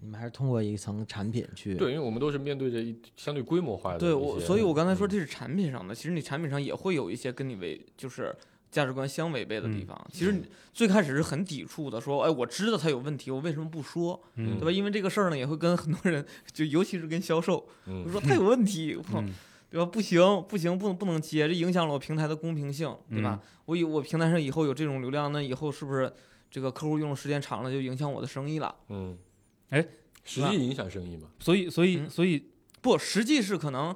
Speaker 5: 你们还是通过一层产品去
Speaker 4: 对，因为我们都是面对着一相对规模化的一些，
Speaker 2: 对我，所以我刚才说
Speaker 4: 嗯
Speaker 2: 这是产品上的，其实你产品上也会有一些跟你违，就是价值观相违背的地
Speaker 3: 嗯
Speaker 2: 方。其实你最开始是很抵触的，说，哎，我知道它有问题，我为什么不说，
Speaker 3: 嗯
Speaker 2: 对吧？因为这个事儿呢，也会跟很多人，就尤其是跟销售，就
Speaker 4: 嗯
Speaker 2: 说它有问题，我
Speaker 3: 嗯
Speaker 2: 对吧？不行，不行，不能不能接，这影响了我平台的公平性，对吧？
Speaker 4: 嗯
Speaker 2: 我以我平台上以后有这种流量，那以后是不是这个客户用的时间长了，就影响我的生意了？
Speaker 4: 嗯，
Speaker 3: 哎，
Speaker 4: 实际影响生意嘛，
Speaker 3: 所以所以
Speaker 2: 嗯
Speaker 3: 所以
Speaker 2: 不，实际是可能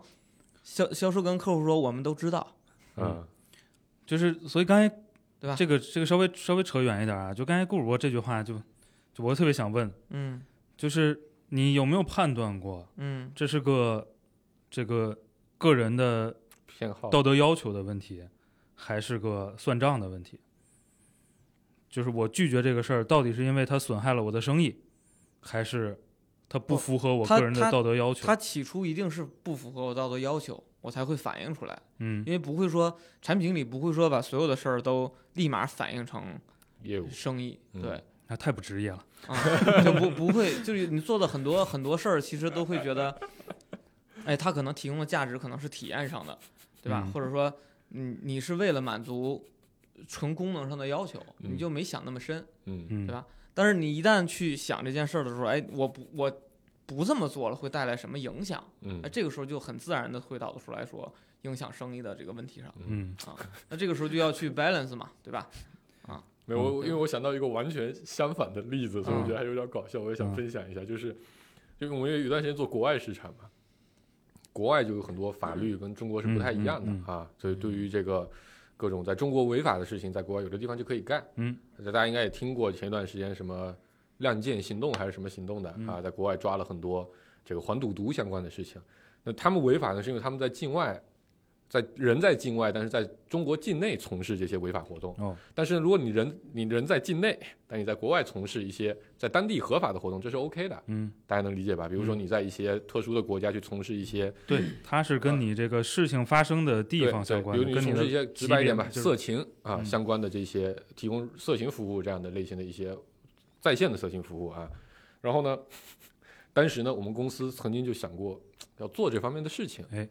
Speaker 2: 销销售跟客户说，我们都知道，
Speaker 3: 嗯
Speaker 4: 啊，
Speaker 3: 就是所以刚才
Speaker 2: 对吧
Speaker 3: 这个这个稍微稍微扯远一点啊，就刚才顾主播这句话就，就我特别想问，
Speaker 2: 嗯
Speaker 3: 就是你有没有判断过
Speaker 2: 嗯
Speaker 3: 这是个这个个人的
Speaker 4: 偏好，
Speaker 3: 道德要求的问题，还是个算账的问题？就是我拒绝这个事儿，到底是因为它损害了我的生意，还是它不符合我
Speaker 2: 他
Speaker 3: 个人的
Speaker 2: 他
Speaker 3: 道德要求？
Speaker 2: 他起初一定是不符合我道德要求，我才会反映出来，
Speaker 3: 嗯
Speaker 2: 因为不会说产品经理不会说把所有的事儿都立马反映成
Speaker 4: 业务，
Speaker 2: 生意，
Speaker 4: 嗯
Speaker 2: 对。
Speaker 3: 那太不职业了。
Speaker 2: 啊，就不不会，就是你做的很多很多事儿，其实都会觉得，哎，他可能提供的价值可能是体验上的，对吧？
Speaker 3: 嗯
Speaker 2: 或者说，你你是为了满足纯功能上的要求，
Speaker 4: 嗯
Speaker 2: 你就没想那么深。
Speaker 4: 嗯
Speaker 3: 嗯，
Speaker 2: 对吧但是你一旦去想这件事儿的时候，哎，我不我不这么做了会带来什么影响？
Speaker 4: 嗯
Speaker 2: 哎，这个时候就很自然的会导出来说影响生意的这个问题上。
Speaker 3: 嗯
Speaker 2: 那这个时候就要去 balance 嘛，对吧？
Speaker 4: 没有，
Speaker 3: 嗯
Speaker 4: 我因为我想到一个完全相反的例子，所以我觉得还有点搞笑，我也想
Speaker 3: 嗯
Speaker 4: 分享一下，就是因为我们也有一段时间做国外市场嘛，国外就有很多法律跟中国是不太一样的、
Speaker 3: 嗯嗯
Speaker 4: 啊，所以对于这个各种在中国违法的事情，在国外有的地方就可以干，
Speaker 3: 嗯，
Speaker 4: 大家应该也听过前一段时间什么“亮剑行动”还是什么行动的、
Speaker 3: 嗯
Speaker 4: 啊，在国外抓了很多这个黄赌毒相关的事情，那他们违法呢，是因为他们在境外。在人在境外，但是在中国境内从事这些违法活动。
Speaker 3: 哦，
Speaker 4: 但是如果你人你人在境内，但你在国外从事一些在当地合法的活动，这是 OK 的，
Speaker 3: 嗯，
Speaker 4: 大家能理解吧？比如说你在一些特殊的国家去从事一些
Speaker 3: 对，它是跟你这个事情发生的地
Speaker 4: 对
Speaker 3: 方
Speaker 4: 嗯啊对
Speaker 3: 相关
Speaker 4: 比
Speaker 3: 的，
Speaker 4: 如你
Speaker 3: 跟你
Speaker 4: 从事一
Speaker 3: 的
Speaker 4: 些直白一点吧，
Speaker 3: 级别就是
Speaker 4: 色情啊、
Speaker 3: 嗯
Speaker 4: 相关的这些提供色情服务这样的类型的一些在线的色情服务啊。然后呢，当时呢，我们公司曾经就想过要做这方面的事情，
Speaker 3: 哎，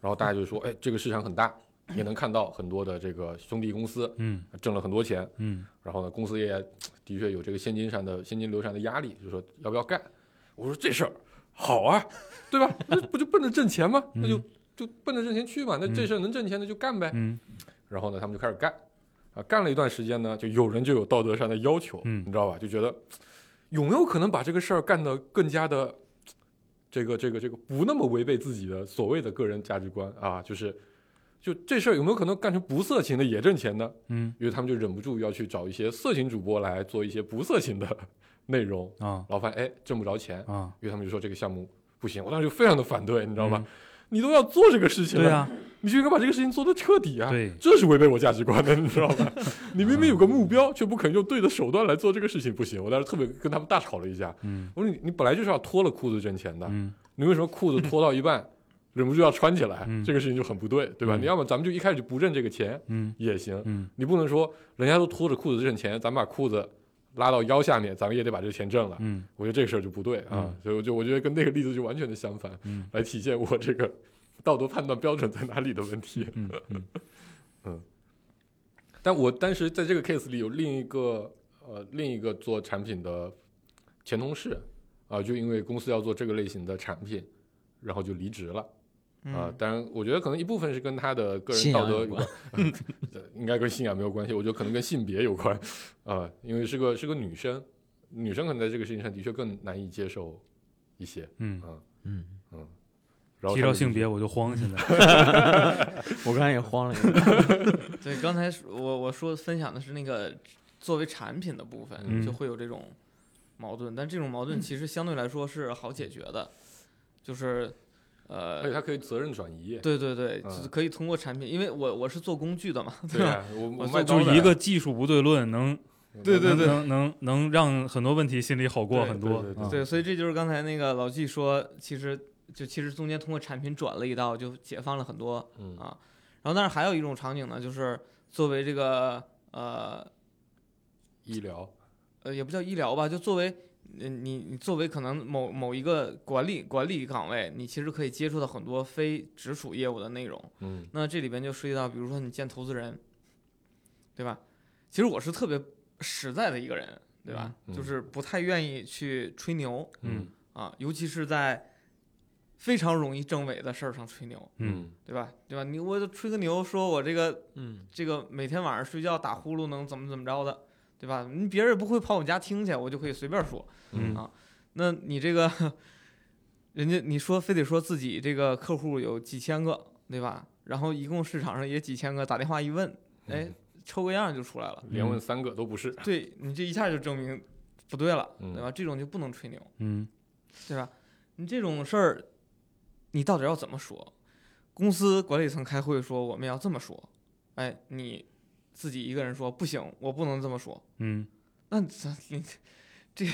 Speaker 4: 然后大家就说，哎，这个市场很大，也能看到很多的这个兄弟公司
Speaker 3: 嗯
Speaker 4: 挣了很多钱，
Speaker 3: 嗯
Speaker 4: 然后呢，公司也的确有这个现金上的现金流上的压力，就说要不要干？我说这事儿好啊，对吧？那不就奔着挣钱吗？那就就奔着挣钱去嘛。那这事儿能挣钱，那就干呗。
Speaker 3: 嗯
Speaker 4: 然后呢，他们就开始干，啊，干了一段时间呢，就有人就有道德上的要求，
Speaker 3: 嗯
Speaker 4: 你知道吧？就觉得有没有可能把这个事儿干得更加的这个这个这个不那么违背自己的所谓的个人价值观啊？就是就这事儿有没有可能干成不色情的也挣钱呢？
Speaker 3: 嗯
Speaker 4: 因为他们就忍不住要去找一些色情主播来做一些不色情的 内容，
Speaker 3: 啊
Speaker 4: 然后发现哎挣不着钱，
Speaker 3: 啊，
Speaker 4: 因为他们就说这个项目不行，我当时就非常的反对，你知道吧？你都要做这个事情了，
Speaker 3: 嗯对啊，
Speaker 4: 你就应该把这个事情做得彻底啊！
Speaker 3: 对
Speaker 4: 这是违背我价值观的，你知道吧？ 你明明有个目标，却不肯用对的手段来做这个事情，不行！我当时特别跟他们大吵了一架，
Speaker 3: 嗯
Speaker 4: 我说你你本来就是要脱了裤子挣钱的，
Speaker 3: 嗯
Speaker 4: 你为什么裤子脱到一半，忍不住要穿起来？
Speaker 3: 嗯
Speaker 4: 这个事情就很不对，对吧？
Speaker 3: 嗯
Speaker 4: 你要么咱们就一开始就不挣这个钱
Speaker 3: 嗯
Speaker 4: 也行，
Speaker 3: 嗯
Speaker 4: 你不能说人家都脱着裤子挣钱，咱们把裤子拉到腰下面，咱们也得把这钱挣了。
Speaker 3: 嗯
Speaker 4: 我觉得这个事儿就不对啊，
Speaker 3: 嗯
Speaker 4: 所以我就我觉得跟那个例子就完全的相反，
Speaker 3: 嗯
Speaker 4: 来体现我这个道德判断标准在哪里的问题。
Speaker 3: 嗯 嗯
Speaker 4: 但我当时在这个 case 里有另一个呃另一个做产品的前同事啊、就因为公司要做这个类型的产品，然后就离职了。啊，当然，我觉得可能一部分是跟他的个人
Speaker 5: 嗯信仰
Speaker 4: 道德
Speaker 5: 有
Speaker 4: 有关， 呃应该跟信仰没有关系。我觉得可能跟性别有关，啊，因为是个是个女生，女生可能在这个事情上的确更难以接受一些。
Speaker 3: 嗯，
Speaker 5: 嗯，
Speaker 4: 然后
Speaker 3: 提
Speaker 4: 他
Speaker 3: 到
Speaker 4: 们就
Speaker 3: 性别我就慌，现在。
Speaker 5: 我刚才也慌了一下，
Speaker 2: 对，刚才是我我说分享的是那个作为产品的部分，
Speaker 3: 嗯
Speaker 2: 就会有这种矛盾，但这种矛
Speaker 4: 嗯
Speaker 2: 盾其实相对来说是好解决的，就是
Speaker 4: 而且
Speaker 2: 呃，
Speaker 4: 他可以责任转 移，
Speaker 2: 对对对，就
Speaker 4: 嗯
Speaker 2: 是可以通过产品，因为我我是做工具的嘛，
Speaker 4: 对
Speaker 2: 吧？
Speaker 4: 啊，我我
Speaker 2: 我
Speaker 4: 卖刀
Speaker 3: 就
Speaker 4: 的
Speaker 3: 一个技术不对论能
Speaker 2: 对对对
Speaker 3: 能能能让很多问题心里好过
Speaker 4: 对
Speaker 3: 很多
Speaker 4: 对对。对
Speaker 3: 啊
Speaker 2: 对，所以这就是刚才那个老纪说，其实就其实中间通过产品转了一道，就解放了很多
Speaker 4: 嗯
Speaker 2: 啊。然后，但是还有一种场景呢，就是作为这个呃
Speaker 4: 医疗，
Speaker 2: 呃，也不叫医疗吧，就作为呃你你作为可能某某一个管理管理岗位，你其实可以接触到很多非直属业务的内容。
Speaker 4: 嗯
Speaker 2: 那这里边就涉及到，比如说你见投资人，对吧？其实我是特别实在的一个人，对吧？
Speaker 4: 嗯嗯
Speaker 2: 就是不太愿意去吹牛
Speaker 3: 嗯
Speaker 2: 啊，尤其是在非常容易证伪的事儿上吹牛，
Speaker 3: 嗯，
Speaker 2: 对吧？对吧？你我就吹个牛，说我这个
Speaker 4: 嗯
Speaker 2: 这个每天晚上睡觉打呼噜能怎么怎么着的，对吧？你别人也不会跑我们家听去，我就可以随便说。
Speaker 3: 嗯
Speaker 2: 啊那你这个， 人家你说非得说自己这个客户有几千个，对吧？然后一共市场上也几千个，打电话一问，哎，
Speaker 4: 嗯
Speaker 2: 抽个样就出来了。
Speaker 4: 连问三个都不是，
Speaker 2: 对你这一下就证明不对了，
Speaker 4: 嗯
Speaker 2: 对吧？这种就不能吹牛，
Speaker 3: 嗯
Speaker 2: 对吧？你这种事儿，你到底要怎么说？公司管理层开会说我们要这么说，哎，你自己一个人说不行，我不能这么说，
Speaker 3: 嗯，
Speaker 2: 那咱你 这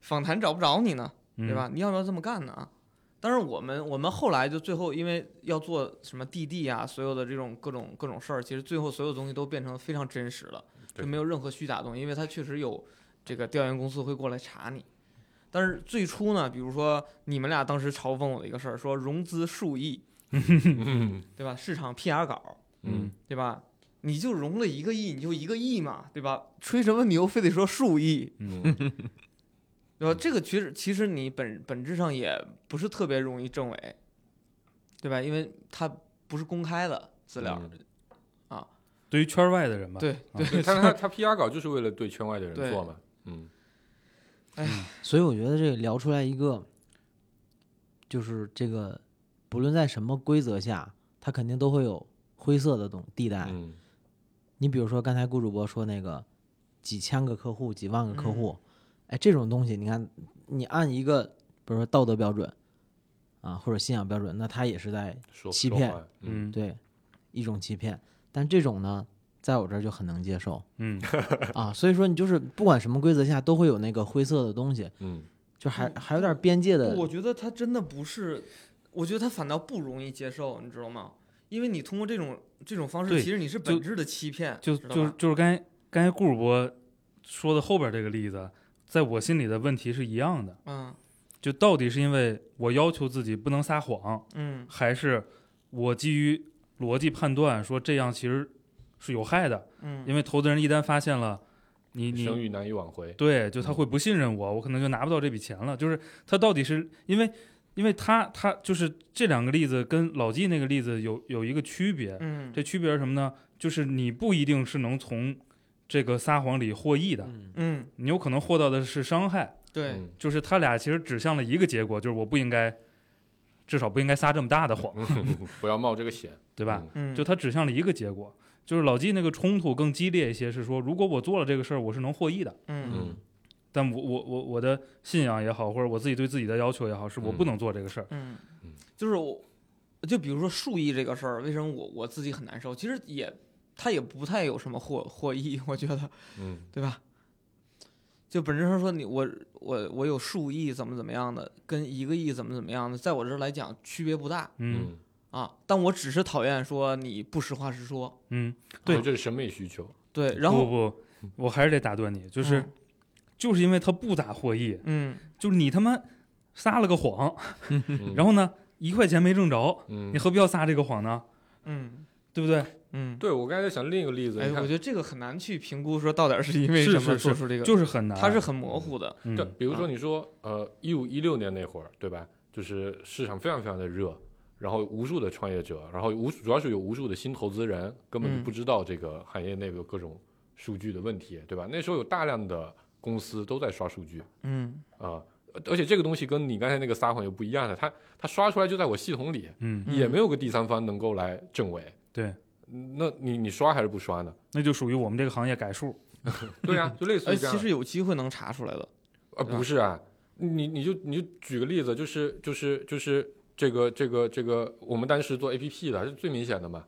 Speaker 2: 访谈找不着你呢，
Speaker 3: 嗯
Speaker 2: 对吧？？你要不要这么干呢？啊，但是我们我们后来就最后因为要做什么 DD 啊，所有的这种各种各种事儿，其实最后所有东西都变成非常真实了，
Speaker 4: 对
Speaker 2: 就没有任何虚假的东西，因为它确实有这个调研公司会过来查你。但是最初呢，比如说你们俩当时嘲讽我的一个事儿，说融资数亿，
Speaker 4: 嗯
Speaker 2: 对吧？市场 PR 稿，
Speaker 3: 嗯
Speaker 2: 对吧？你就融了一个亿，你就一个亿嘛，对吧？吹什么牛，非得说数亿，
Speaker 4: 嗯
Speaker 2: 对吧？这个其实其实你本本质上也不是特别容易证伪，对吧？因为它不是公开的资料，
Speaker 3: 嗯对于圈外的人吧，
Speaker 2: 对对
Speaker 4: 对他他他 PR 稿就是为了对圈外的人做嘛，嗯
Speaker 5: 所以我觉得这个聊出来一个，就是这个，不论在什么规则下，它肯定都会有灰色的东地带。
Speaker 4: 嗯
Speaker 5: 你比如说刚才顾主播说那个几千个客户、几万个客
Speaker 4: 嗯
Speaker 5: 户，哎，这种东西，你看，你按一个比如说道德标准啊，或者信仰标准，那它也是在
Speaker 4: 说
Speaker 5: 欺
Speaker 4: 说
Speaker 5: 骗
Speaker 4: 话嗯
Speaker 3: 嗯
Speaker 5: 对一种欺骗。但这种呢，在我这儿就很能接受
Speaker 3: 嗯
Speaker 5: 啊。所以说，你就是不管什么规则下，都会有那个灰色的东西，
Speaker 4: 嗯
Speaker 5: 就还还有点边界的。
Speaker 2: 我觉得它真的不是，我觉得它反倒不容易接受，你知道吗？因为你通过这种这种方式，
Speaker 3: 对
Speaker 2: 其实你是
Speaker 3: 就
Speaker 2: 本质的欺骗，
Speaker 3: 就
Speaker 2: 知道
Speaker 3: 就是
Speaker 2: 吧
Speaker 3: 就是刚才刚才顾主播说的后边这个例子，在我心里的问题是一样的，
Speaker 2: 嗯
Speaker 3: 就到底是因为我要求自己不能撒谎，
Speaker 2: 嗯
Speaker 3: 还是我基于逻辑判断说这样其实是有害的？
Speaker 2: 嗯，
Speaker 3: 因为投资人一旦发现了你你
Speaker 4: 声誉难以挽回，
Speaker 3: 对，就他
Speaker 2: 嗯
Speaker 3: 会不信任我，我可能就拿不到这笔钱了。就是他到底是因为，因为他他就是这两个例子跟老纪那个例子有有一个区别，
Speaker 2: 嗯
Speaker 3: 这区别是什么呢？就是你不一定是能从这个撒谎里获益的，
Speaker 5: 嗯
Speaker 2: 嗯
Speaker 3: 你有可能获到的是伤害。
Speaker 2: 对
Speaker 4: 嗯
Speaker 3: 就是他俩其实指向了一个结果，就是我不应该，至少不应该撒这么大的谎，
Speaker 4: 不要冒这个险，
Speaker 3: 对吧？？
Speaker 2: 嗯
Speaker 3: 就它指向了一个结果，就是老纪那个冲突更激烈一些，是说如果我做了这个事儿，我是能获益的。
Speaker 2: 嗯
Speaker 4: 嗯
Speaker 3: 但我我我我的信仰也好，或者我自己对自己的要求也好，是我
Speaker 4: 嗯
Speaker 3: 不能做这个事儿。
Speaker 2: 嗯
Speaker 4: 嗯，
Speaker 2: 就是我，就比如说数亿这个事儿，为什么我我自己很难受？其实也，它也不太有什么获获益，我觉得，
Speaker 4: 嗯
Speaker 2: 对吧？就本质上说你我我我有数亿怎么怎么样的，跟一个亿怎么怎么样的，在我这儿来讲区别不大
Speaker 3: 嗯
Speaker 4: 嗯，
Speaker 2: 啊。但我只是讨厌说你不实话实说，
Speaker 3: 嗯，
Speaker 4: 对，
Speaker 3: 对
Speaker 4: 这是审美需求，
Speaker 2: 对。然后
Speaker 3: 不不，我还是得打断你，就是、就是因为他不咋获益，
Speaker 2: 嗯
Speaker 3: 就是你他妈撒了个谎，
Speaker 4: 嗯
Speaker 3: 然后呢一块钱没挣着，
Speaker 4: 嗯
Speaker 3: 你，何必要撒这个谎呢？
Speaker 2: 嗯
Speaker 3: 对不对？
Speaker 2: 嗯，
Speaker 4: 对我刚才在想另一个例子，
Speaker 2: 哎，
Speaker 4: 你
Speaker 2: 我
Speaker 4: 看
Speaker 2: 觉，得这个很难去评估说到底是因为
Speaker 3: 是
Speaker 2: 什
Speaker 3: 是
Speaker 2: 么
Speaker 3: 是
Speaker 2: 做出这个，
Speaker 3: 就是很难，
Speaker 2: 它是很模糊的，
Speaker 3: 嗯
Speaker 4: 对，比如说你说呃一五一六年那会儿，对吧？就是市场非常非常的热。然后无数的创业者，然后无主要是有无数的新投资人，根本就
Speaker 2: 嗯
Speaker 4: 不知道这个行业内有各种数据的问题，对吧？那时候有大量的公司都在刷数据，
Speaker 2: 嗯
Speaker 4: 啊、而且这个东西跟你刚才那个撒谎又不一样的，它它刷出来就在我系统里，
Speaker 3: 嗯，
Speaker 2: 嗯
Speaker 4: 也没有个第三方能够来证伪。嗯
Speaker 3: 对，
Speaker 4: 那你你刷还是不刷呢？
Speaker 3: 那就属于我们这个行业改数。
Speaker 4: 对呀、就类似
Speaker 2: 哎，
Speaker 4: 于这样
Speaker 2: 其
Speaker 4: 的。
Speaker 2: 实有机会能查出来的，
Speaker 4: 啊，不是啊，你你就你就举个例子，就是就是就是这个这个这个，我们当时做 APP 的是最明显的嘛，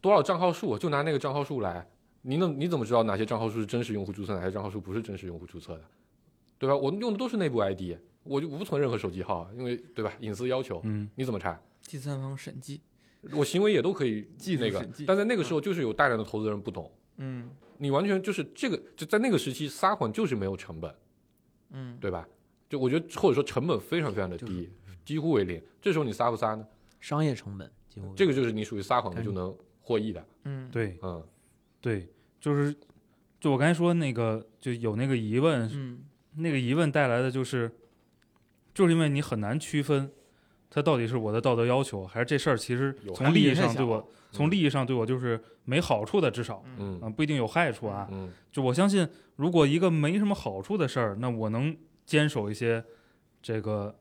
Speaker 4: 多少账号数就拿那个账号数来，你怎你怎么知道哪些账号数是真实用户注册，哪些账号数不是真实用户注册的，对吧？我们用的都是内部 ID，我就不存任何手机号，因为对吧？隐私要求，
Speaker 3: 嗯，
Speaker 4: 你怎么查？
Speaker 2: 第三方审计，
Speaker 4: 我行为也都可以
Speaker 2: 技术
Speaker 4: 那个
Speaker 2: 审计，
Speaker 4: 但在那个时候就是有大量的投资人不懂，
Speaker 2: 嗯
Speaker 4: 你完全就是这个就在那个时期撒谎就是没有成本，
Speaker 2: 嗯，
Speaker 4: 对吧？就我觉得或者说成本非常非常的低，
Speaker 5: 就是
Speaker 4: 几乎为零。这时候你撒不撒呢？
Speaker 5: 商业成本几乎
Speaker 4: 这个就是你属于撒谎的
Speaker 3: 但
Speaker 4: 就能获益的，
Speaker 2: 嗯，
Speaker 3: 对
Speaker 4: 嗯，
Speaker 3: 对，就是就我刚才说那个，就有那个疑问，
Speaker 2: 嗯
Speaker 3: 那个疑问带来的就是，就是因为你很难区分，它到底是我的道德要求，还是这事儿其实
Speaker 4: 有
Speaker 3: 从利益
Speaker 2: 害
Speaker 3: 上对
Speaker 2: 太小
Speaker 3: 我，从利益上对我就是没好处的，至少
Speaker 4: 嗯
Speaker 3: 啊不一定有害处啊。
Speaker 4: 嗯
Speaker 3: 就我相信，如果一个没什么好处的事儿，那我能坚守一些这个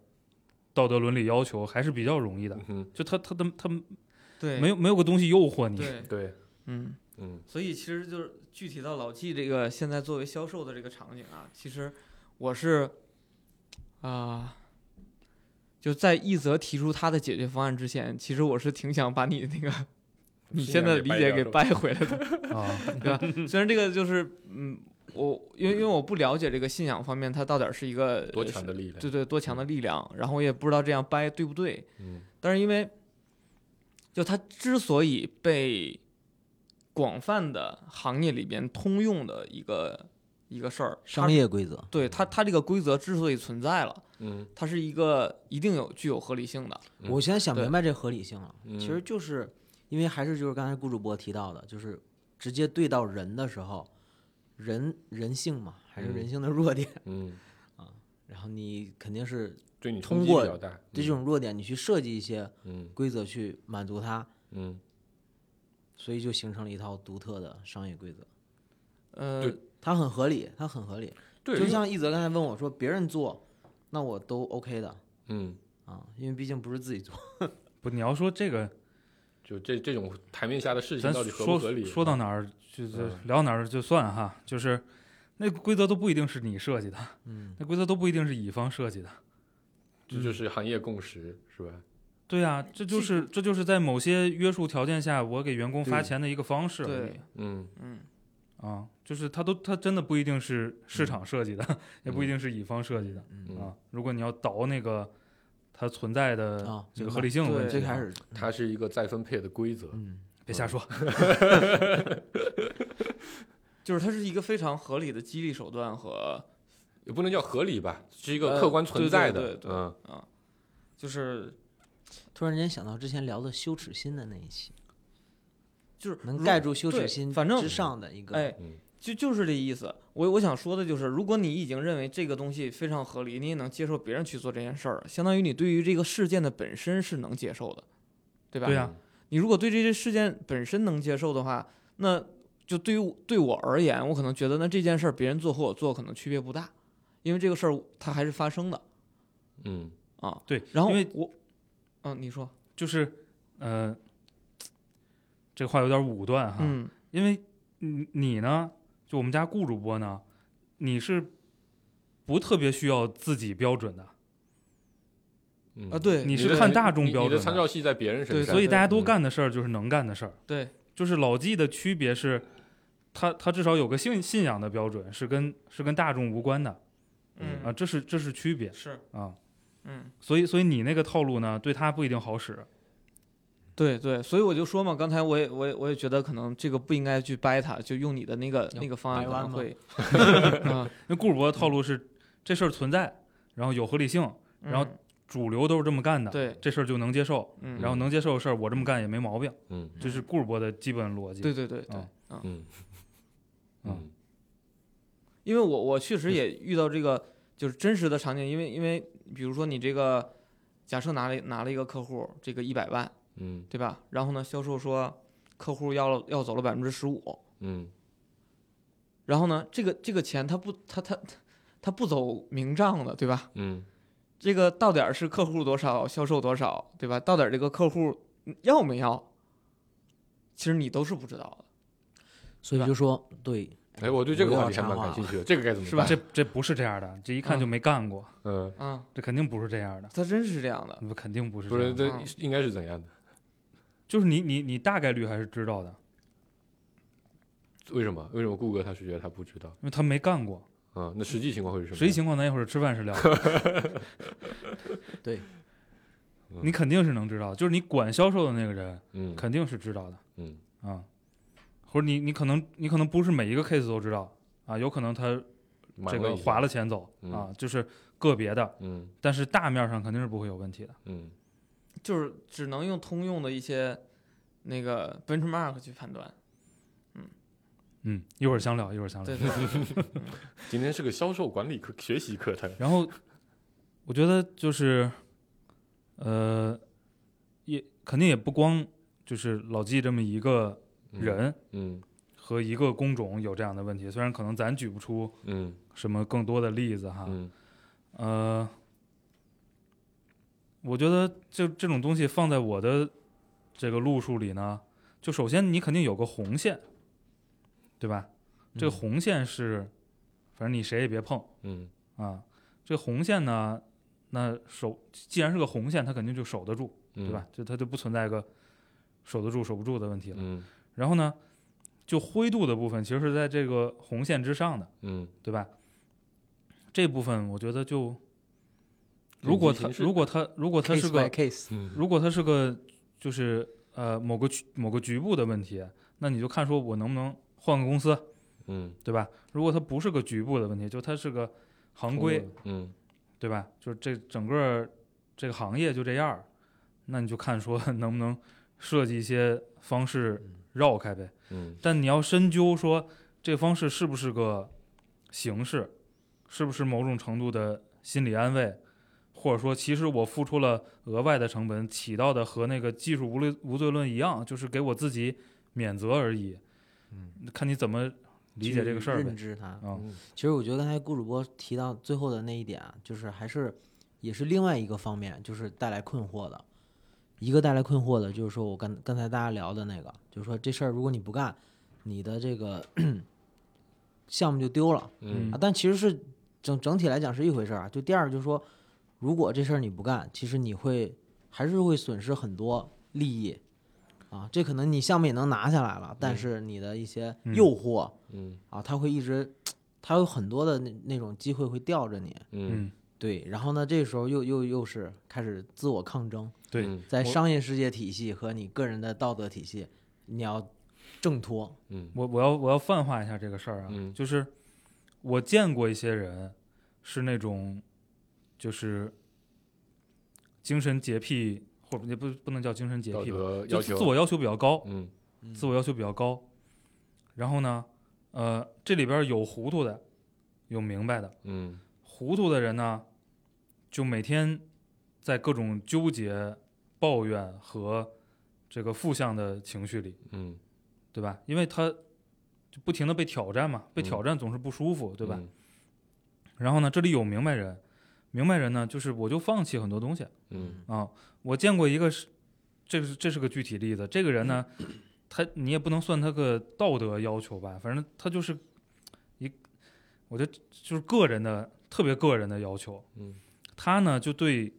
Speaker 3: 道德伦理要求，还是比较容易的
Speaker 4: 嗯。哼，
Speaker 3: 就他他的他
Speaker 2: 对，
Speaker 3: 没有没有个东西诱惑你，
Speaker 2: 对，
Speaker 4: 对，
Speaker 2: 嗯。
Speaker 4: 嗯
Speaker 2: 所以其实就是具体到老纪这个现在作为销售的这个场景啊，其实我是啊、就在一泽提出他的解决方案之前，其实我是挺想把你那个你现在的理解给掰回来 的，
Speaker 3: 啊，
Speaker 2: 对吧？虽然这个就是嗯，我因为因为我不了解这个信仰方面，它到底是一个
Speaker 4: 多强的力量，
Speaker 2: 对对多强的力量，然后我也不知道这样掰对不对，
Speaker 4: 嗯
Speaker 2: 但是因为就它之所以被广泛的行业里边通用的一个一个事儿，它
Speaker 5: 商业规则，
Speaker 2: 对它它这个规则之所以存在了，
Speaker 4: 嗯
Speaker 2: 它是一个一定有具有合理性的。
Speaker 4: 嗯
Speaker 5: 我现在想
Speaker 2: 对
Speaker 5: 明白这合理性了，
Speaker 4: 嗯
Speaker 5: 其实就是因为还是就是刚才顾主播提到的，就是直接对到人的时候，人人性嘛，还是人
Speaker 4: 嗯
Speaker 5: 性的弱点，
Speaker 4: 嗯，
Speaker 5: 然后你肯定是
Speaker 4: 对你
Speaker 5: 通
Speaker 4: 冲击
Speaker 5: 过
Speaker 4: 比较大，
Speaker 5: 对这种弱点，你去设计一些
Speaker 4: 嗯
Speaker 5: 规则去满足它，
Speaker 4: 嗯
Speaker 5: 所以就形成了一套独特的商业规则，
Speaker 2: 呃
Speaker 4: 对，
Speaker 5: 它很合理，它很合理。
Speaker 4: 对，
Speaker 5: 就像一泽刚才问我说，别人做，那我都 OK 的
Speaker 4: 嗯，
Speaker 5: 啊，因为毕竟不是自己做。
Speaker 3: 不，你要说这个，
Speaker 4: 就这这种台面下的事情
Speaker 3: 咱
Speaker 4: 到底合不合理？啊
Speaker 3: 说说到哪儿就就
Speaker 4: 嗯
Speaker 3: 聊到哪儿就算哈，就是那规则都不一定是你设计的，
Speaker 5: 嗯，
Speaker 3: 那规则都不一定是乙方设计的。
Speaker 4: 这
Speaker 3: 嗯
Speaker 4: 就是行业共识，是吧？
Speaker 3: 对啊，这就是这就是在某些约束条件下，我给员工发
Speaker 4: 对
Speaker 3: 钱的一个方式而已
Speaker 2: 对，
Speaker 4: 嗯
Speaker 2: 嗯，
Speaker 3: 啊，就是它都它真的不一定是市场设计的，也不一
Speaker 4: 嗯
Speaker 3: 定是乙方设计的、
Speaker 5: 嗯
Speaker 4: 嗯
Speaker 3: 啊。如果你要倒那个它存在的
Speaker 5: 啊
Speaker 3: 这个
Speaker 5: 明
Speaker 3: 合理
Speaker 5: 白
Speaker 3: 性的
Speaker 2: 对
Speaker 3: 问
Speaker 5: 最
Speaker 3: 题啊，
Speaker 5: 开始，
Speaker 4: 它是一个再分配的规则，
Speaker 5: 嗯，
Speaker 3: 别瞎说。
Speaker 2: 就是它是一个非常合理的激励手段和
Speaker 4: 也不能叫合理吧，是一个
Speaker 2: 呃
Speaker 4: 客观存在
Speaker 2: 对
Speaker 4: 的
Speaker 2: 对，对
Speaker 4: 嗯，
Speaker 2: 啊，就是
Speaker 5: 突然间想到之前聊的羞耻心的那一期，
Speaker 2: 就是
Speaker 5: 能
Speaker 2: 如
Speaker 5: 盖住羞耻
Speaker 2: 对
Speaker 5: 心
Speaker 2: 反正
Speaker 5: 之上的一个，
Speaker 2: 哎，
Speaker 4: 嗯
Speaker 2: 就就是这意思。我我想说的就是，如果你已经认为这个东西非常合理，你也能接受别人去做这件事儿，相当于你对于这个事件的本身是能接受的，对吧？
Speaker 3: 对啊
Speaker 2: 你如果对这些事件本身能接受的话，那就对于我对我而言，我可能觉得那这件事儿别人做和我做可能区别不大，因为这个事儿它还是发生的
Speaker 4: 嗯
Speaker 2: 啊。
Speaker 3: 对，
Speaker 2: 然后
Speaker 3: 因为
Speaker 2: 我，嗯，你说，
Speaker 3: 就是呃，这话有点武断哈，
Speaker 2: 嗯
Speaker 3: 因为你你呢，就我们家顾主播呢，你是不特别需要自己标准的，
Speaker 4: 嗯
Speaker 2: 啊，，对，
Speaker 3: 你
Speaker 4: 的
Speaker 3: 是看大众标
Speaker 4: 你的
Speaker 3: 准
Speaker 4: 参
Speaker 3: 的，
Speaker 4: 照系在别人身
Speaker 2: 对
Speaker 4: 上，
Speaker 3: 所以大家都
Speaker 4: 嗯
Speaker 3: 干的事儿就是能干的事儿。
Speaker 2: 对，
Speaker 3: 就是老纪的区别是，他他至少有个信信仰的标准，是跟是跟大众无关的
Speaker 2: 嗯
Speaker 3: 啊，这是这是区别
Speaker 2: 是，
Speaker 3: 啊。
Speaker 2: 嗯。
Speaker 3: 所以所以你那个套路呢，对他不一定好使。
Speaker 2: 对对，所以我就说嘛，刚才我也我也我也觉得可能这个不应该去掰它，就用你的那个
Speaker 5: 要
Speaker 2: 那个方案
Speaker 5: 掰
Speaker 2: 可
Speaker 5: 弯
Speaker 2: 能
Speaker 5: 吗
Speaker 2: 会，啊，
Speaker 3: 那顾主播的套路是这事儿存在，然后有合理性， 然后主流都是这么干
Speaker 2: 嗯
Speaker 3: 的，
Speaker 2: 对，
Speaker 3: 这事儿就能接受。
Speaker 2: 嗯，
Speaker 3: 然后能接受的事儿，我这么干也没毛病，
Speaker 4: 嗯
Speaker 3: 这是顾主播的基本逻辑。
Speaker 2: 对对对对
Speaker 3: 啊，
Speaker 2: 啊，
Speaker 4: 嗯嗯
Speaker 2: 因为我我确实也遇到这个就是真实的场景，因为因为比如说你这个假设拿了拿了一个客户这个一百万，
Speaker 4: 嗯
Speaker 2: 对吧？然后呢，销售说客户要了要走了百分之十五，
Speaker 4: 嗯
Speaker 2: 然后呢，这个这个钱他不他他他不走明账的，对吧？
Speaker 4: 嗯
Speaker 2: 这个到点儿是客户多少，销售多少，对吧？到点儿这个客户嗯要没要，其实你都是不知道的，
Speaker 5: 所以就说对，
Speaker 4: 哎，我对这个
Speaker 5: 我又
Speaker 4: 话题
Speaker 5: 要
Speaker 4: 还
Speaker 5: 插
Speaker 4: 蛮
Speaker 5: 话
Speaker 4: 感
Speaker 5: 了
Speaker 4: 兴趣的，这个该怎么
Speaker 2: 是吧
Speaker 4: 办？
Speaker 3: 这这不啊是这样的，这一看就没干过，
Speaker 4: 嗯，
Speaker 2: 啊，
Speaker 3: 这肯定不是这样的，
Speaker 2: 他真是这样的，
Speaker 3: 不肯定不是
Speaker 4: 不
Speaker 3: 这
Speaker 4: 是
Speaker 3: 样的。
Speaker 4: 这
Speaker 2: 嗯
Speaker 4: 应该是怎样的？
Speaker 3: 就是你你你大概率还是知道的，
Speaker 4: 为什么？为什么顾哥他是觉得他不知道？
Speaker 3: 因为他没干过。
Speaker 4: 啊、那实际情况会是什么？
Speaker 3: 实际情况咱一会儿吃饭 时聊。
Speaker 5: 对，
Speaker 3: 你肯定是能知道，就是你管销售的那个人
Speaker 4: 嗯
Speaker 3: 肯定是知道的
Speaker 4: 嗯
Speaker 3: 啊，或者你你可能你可能不是每一个 case 都知道啊，有可能他
Speaker 4: 瞒
Speaker 3: 这个
Speaker 4: 一下
Speaker 3: 划了钱走
Speaker 4: 嗯
Speaker 3: 啊，就是个别的，
Speaker 4: 嗯
Speaker 3: 但是大面上肯定是不会有问题的。
Speaker 4: 嗯
Speaker 2: 就是只能用通用的一些那个 benchmark 去判断。
Speaker 3: 嗯，一会儿详聊，一会
Speaker 5: 啊
Speaker 3: 儿详聊
Speaker 2: 对。对对，
Speaker 4: 今天是个销售管理课学习课，他
Speaker 3: 然后我觉得就是，呃，也肯定也不光就是老纪这么一个人
Speaker 4: 嗯
Speaker 3: 和一个工种有这样的问题，虽然可能咱举不出
Speaker 4: 嗯
Speaker 3: 什么更多的例子哈，
Speaker 4: 嗯
Speaker 3: 呃，我觉得这这种东西放在我的这个路数里呢，就首先你肯定有个红线，对吧？这个红线是，反正你谁也别碰。
Speaker 4: 嗯
Speaker 3: 啊，这红线呢，那守既然是个红线，它肯定就守得住，
Speaker 4: 嗯，
Speaker 3: 对吧？？就它就不存在一个守得住守不住的问题了。
Speaker 4: 嗯
Speaker 3: 然后呢，就灰度的部分其实是在这个红线之上的，
Speaker 4: 嗯
Speaker 3: 对吧？这部分我觉得就，如果它
Speaker 4: 形式
Speaker 3: 如果它如果它
Speaker 5: case
Speaker 3: 是
Speaker 5: by
Speaker 3: 个
Speaker 5: case，
Speaker 4: 嗯
Speaker 3: 如果它是个就是呃某个局某个局部的问题，那你就看说我能不能换个公司，
Speaker 4: 嗯
Speaker 3: 对吧？如果它不是个局部的问题，就它是个行规，
Speaker 4: 嗯
Speaker 3: 对吧？就是这整个这个行业就这样儿，那你就看说能不能设计一些方式绕开呗。
Speaker 4: 嗯
Speaker 3: 但你要深究说这方式是不是个形式，是不是某种程度的心理安慰，或者说其实我付出了额外的成本，起到的和那个技术无罪无罪论一样，就是给我自己免责而已。嗯，看你怎么理解这个事儿呗
Speaker 5: 认。知它。嗯
Speaker 3: 啊，
Speaker 5: 其实我觉得刚才顾主播提到最后的那一点啊，就是还是也是另外一个方面，就是带来困惑的。一个带来困惑的，就是说我刚刚才大家聊的那个，就是说这事儿如果你不干，你的这个 项目就丢了。
Speaker 4: 嗯
Speaker 5: 啊，但其实是整整体来讲是一回事儿啊。就第二就是说，如果这事儿你不干，其实你会还是会损失很多利益啊。这可能你项目也能拿下来了，但是你的一些
Speaker 3: 嗯
Speaker 5: 诱惑、
Speaker 4: 嗯
Speaker 5: 啊，它会一直，它有很多的那那种机会会吊着你。
Speaker 4: 嗯
Speaker 3: 嗯，
Speaker 5: 对，然后呢，这时候又又又是开始自我抗争，
Speaker 3: 对，
Speaker 5: 在
Speaker 3: 我
Speaker 5: 商业世界体系和你个人的道德体系，你要挣脱。
Speaker 4: 嗯
Speaker 3: 我我要我要泛化一下这个事儿啊，
Speaker 4: 嗯
Speaker 3: 就是我见过一些人是那种就是精神洁癖，或者也不不能叫精神洁
Speaker 4: 道
Speaker 3: 癖吧，
Speaker 4: 德
Speaker 3: 就
Speaker 4: 要
Speaker 3: 自
Speaker 4: 求
Speaker 3: 自我要求比较高，
Speaker 4: 嗯
Speaker 3: 自我要求比较高。然后呢，呃，这里边有糊涂的，有明白的。
Speaker 4: 嗯
Speaker 3: 糊涂的人呢，就每天在各种纠结、抱怨和这个负向的情绪里。
Speaker 4: 嗯
Speaker 3: 对吧？因为他就不停的被挑战嘛，被
Speaker 4: 嗯
Speaker 3: 挑战总是不舒服，对吧？
Speaker 4: 嗯
Speaker 3: 然后呢，这里有明白人，明白人呢，就是我就放弃很多东西
Speaker 4: 嗯
Speaker 3: 啊。我见过一个是，这是这是个具体例子，这个人呢，他你也不能算他个道德要求吧，反正他就是一，我觉得就是个人的特别个人的要求。
Speaker 4: 嗯
Speaker 3: 他呢就对，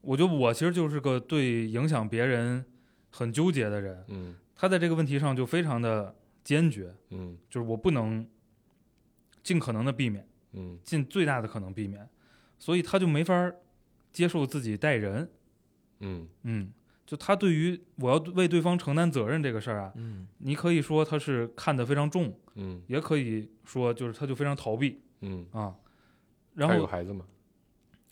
Speaker 3: 我觉得我其实就是个对影响别人很纠结的人，
Speaker 4: 嗯
Speaker 3: 他在这个问题上就非常的坚决，
Speaker 4: 嗯
Speaker 3: 就是我不能尽可能的避免，
Speaker 4: 嗯
Speaker 3: 尽最大的可能避免，所以他就没法儿接受自己带人。
Speaker 4: 嗯
Speaker 3: 嗯，就他对于我要为对方承担责任这个事儿啊，
Speaker 5: 嗯
Speaker 3: 你可以说他是看得非常重，
Speaker 4: 嗯
Speaker 3: 也可以说就是他就非常逃避
Speaker 4: 嗯，
Speaker 3: 啊。然
Speaker 4: 他有
Speaker 3: 后
Speaker 4: 孩子吗？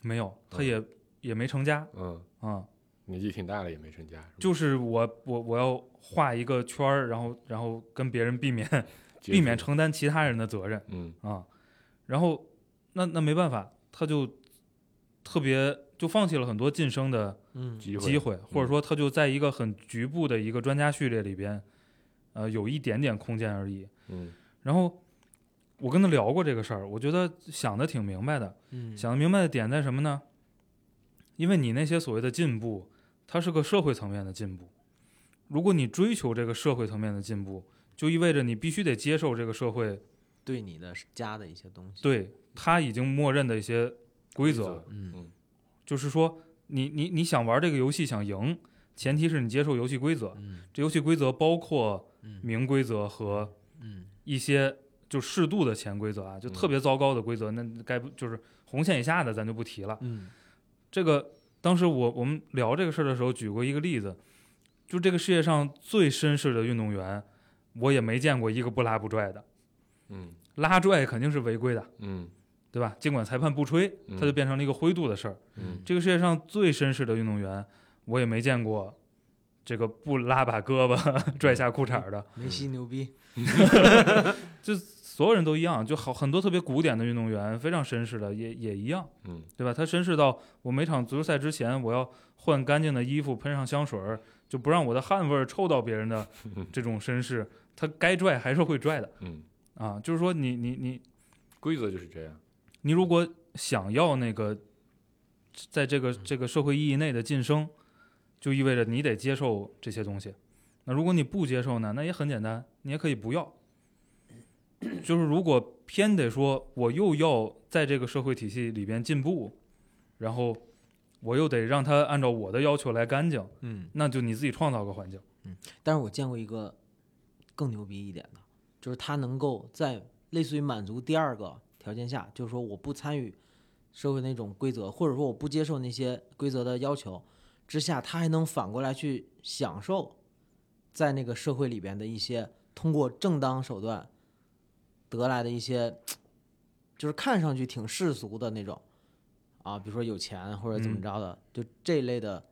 Speaker 3: 没有，他也、也没成家
Speaker 4: 嗯，
Speaker 3: 啊，
Speaker 4: 年纪挺大了也没成家，
Speaker 3: 就是我我我要画一个圈儿，然后然后跟别人避免
Speaker 4: 接
Speaker 3: 避免
Speaker 4: 触
Speaker 3: 承担其他人的责任。
Speaker 4: 嗯
Speaker 3: 啊，然后那那没办法，他就特别就放弃了很多晋升的
Speaker 5: 嗯
Speaker 4: 机会
Speaker 3: 机会，或者说他就在一个很局部的一个专家序列里边，呃，有一点点空间而已。
Speaker 4: 嗯
Speaker 3: 然后我跟他聊过这个事儿，我觉得想的挺明白的，
Speaker 5: 嗯
Speaker 3: 想得明白的点在什么呢？因为你那些所谓的进步，它是个社会层面的进步。如果你追求这个社会层面的进步，就意味着你必须得接受这个社会
Speaker 5: 对你的家的一些东西。
Speaker 3: 对他已经默认的一些规则，
Speaker 4: 规则
Speaker 5: 嗯
Speaker 3: 就是说你你你想玩这个游戏想赢，前提是你接受游戏规则。
Speaker 6: 嗯
Speaker 3: 这游戏规则包括
Speaker 6: 嗯
Speaker 3: 明规则和
Speaker 6: 嗯
Speaker 3: 一些就适度的潜规则啊，就特别糟糕的规则，那该不就是红线以下的咱就不提了。
Speaker 6: 嗯
Speaker 3: 这个当时我我们聊这个事儿的时候举过一个例子，就这个世界上最绅士的运动员，我也没见过一个不拉不拽的，
Speaker 4: 嗯
Speaker 3: 拉拽肯定是违规的，
Speaker 4: 嗯
Speaker 3: 对吧？尽管裁判不吹，
Speaker 4: 嗯
Speaker 3: 它就变成了一个灰度的事儿。
Speaker 4: 嗯
Speaker 3: 这个世界上最绅士的运动员，我也没见过这个不拉把胳 膊拽下裤衩的。
Speaker 5: 梅西牛逼，
Speaker 3: 所有人都一样，就好很多特别古典的运动员，非常绅士的也也一样，
Speaker 4: 嗯
Speaker 3: 对吧？他绅士到我每场足球赛之前，我要换干净的衣服，喷上香水儿，就不让我的汗味儿臭到别人 的这种绅士，他该拽还是会拽的
Speaker 4: 嗯，
Speaker 3: 啊。就是说你，你你你
Speaker 4: 规则就是这样。
Speaker 3: 你如果想要那个在这个这个社会意义内的晋升，就意味着你得接受这些东西。那如果你不接受呢，那也很简单，你也可以不要。就是如果偏得说我又要在这个社会体系里边进步，然后我又得让他按照我的要求来干净，
Speaker 6: 嗯
Speaker 3: 那就你自己创造个环境。
Speaker 5: 但是我见过一个更牛逼一点的，就是他能够在类似于满足第二个条件下，就是说我不参与社会那种规则，或者说我不接受那些规则的要求之下，他还能反过来去享受在那个社会里边的一些通过正当手段得来的一些，就是看上去挺世俗的那种啊，比如说有钱或者怎么
Speaker 3: 嗯
Speaker 5: 着的，就这一类的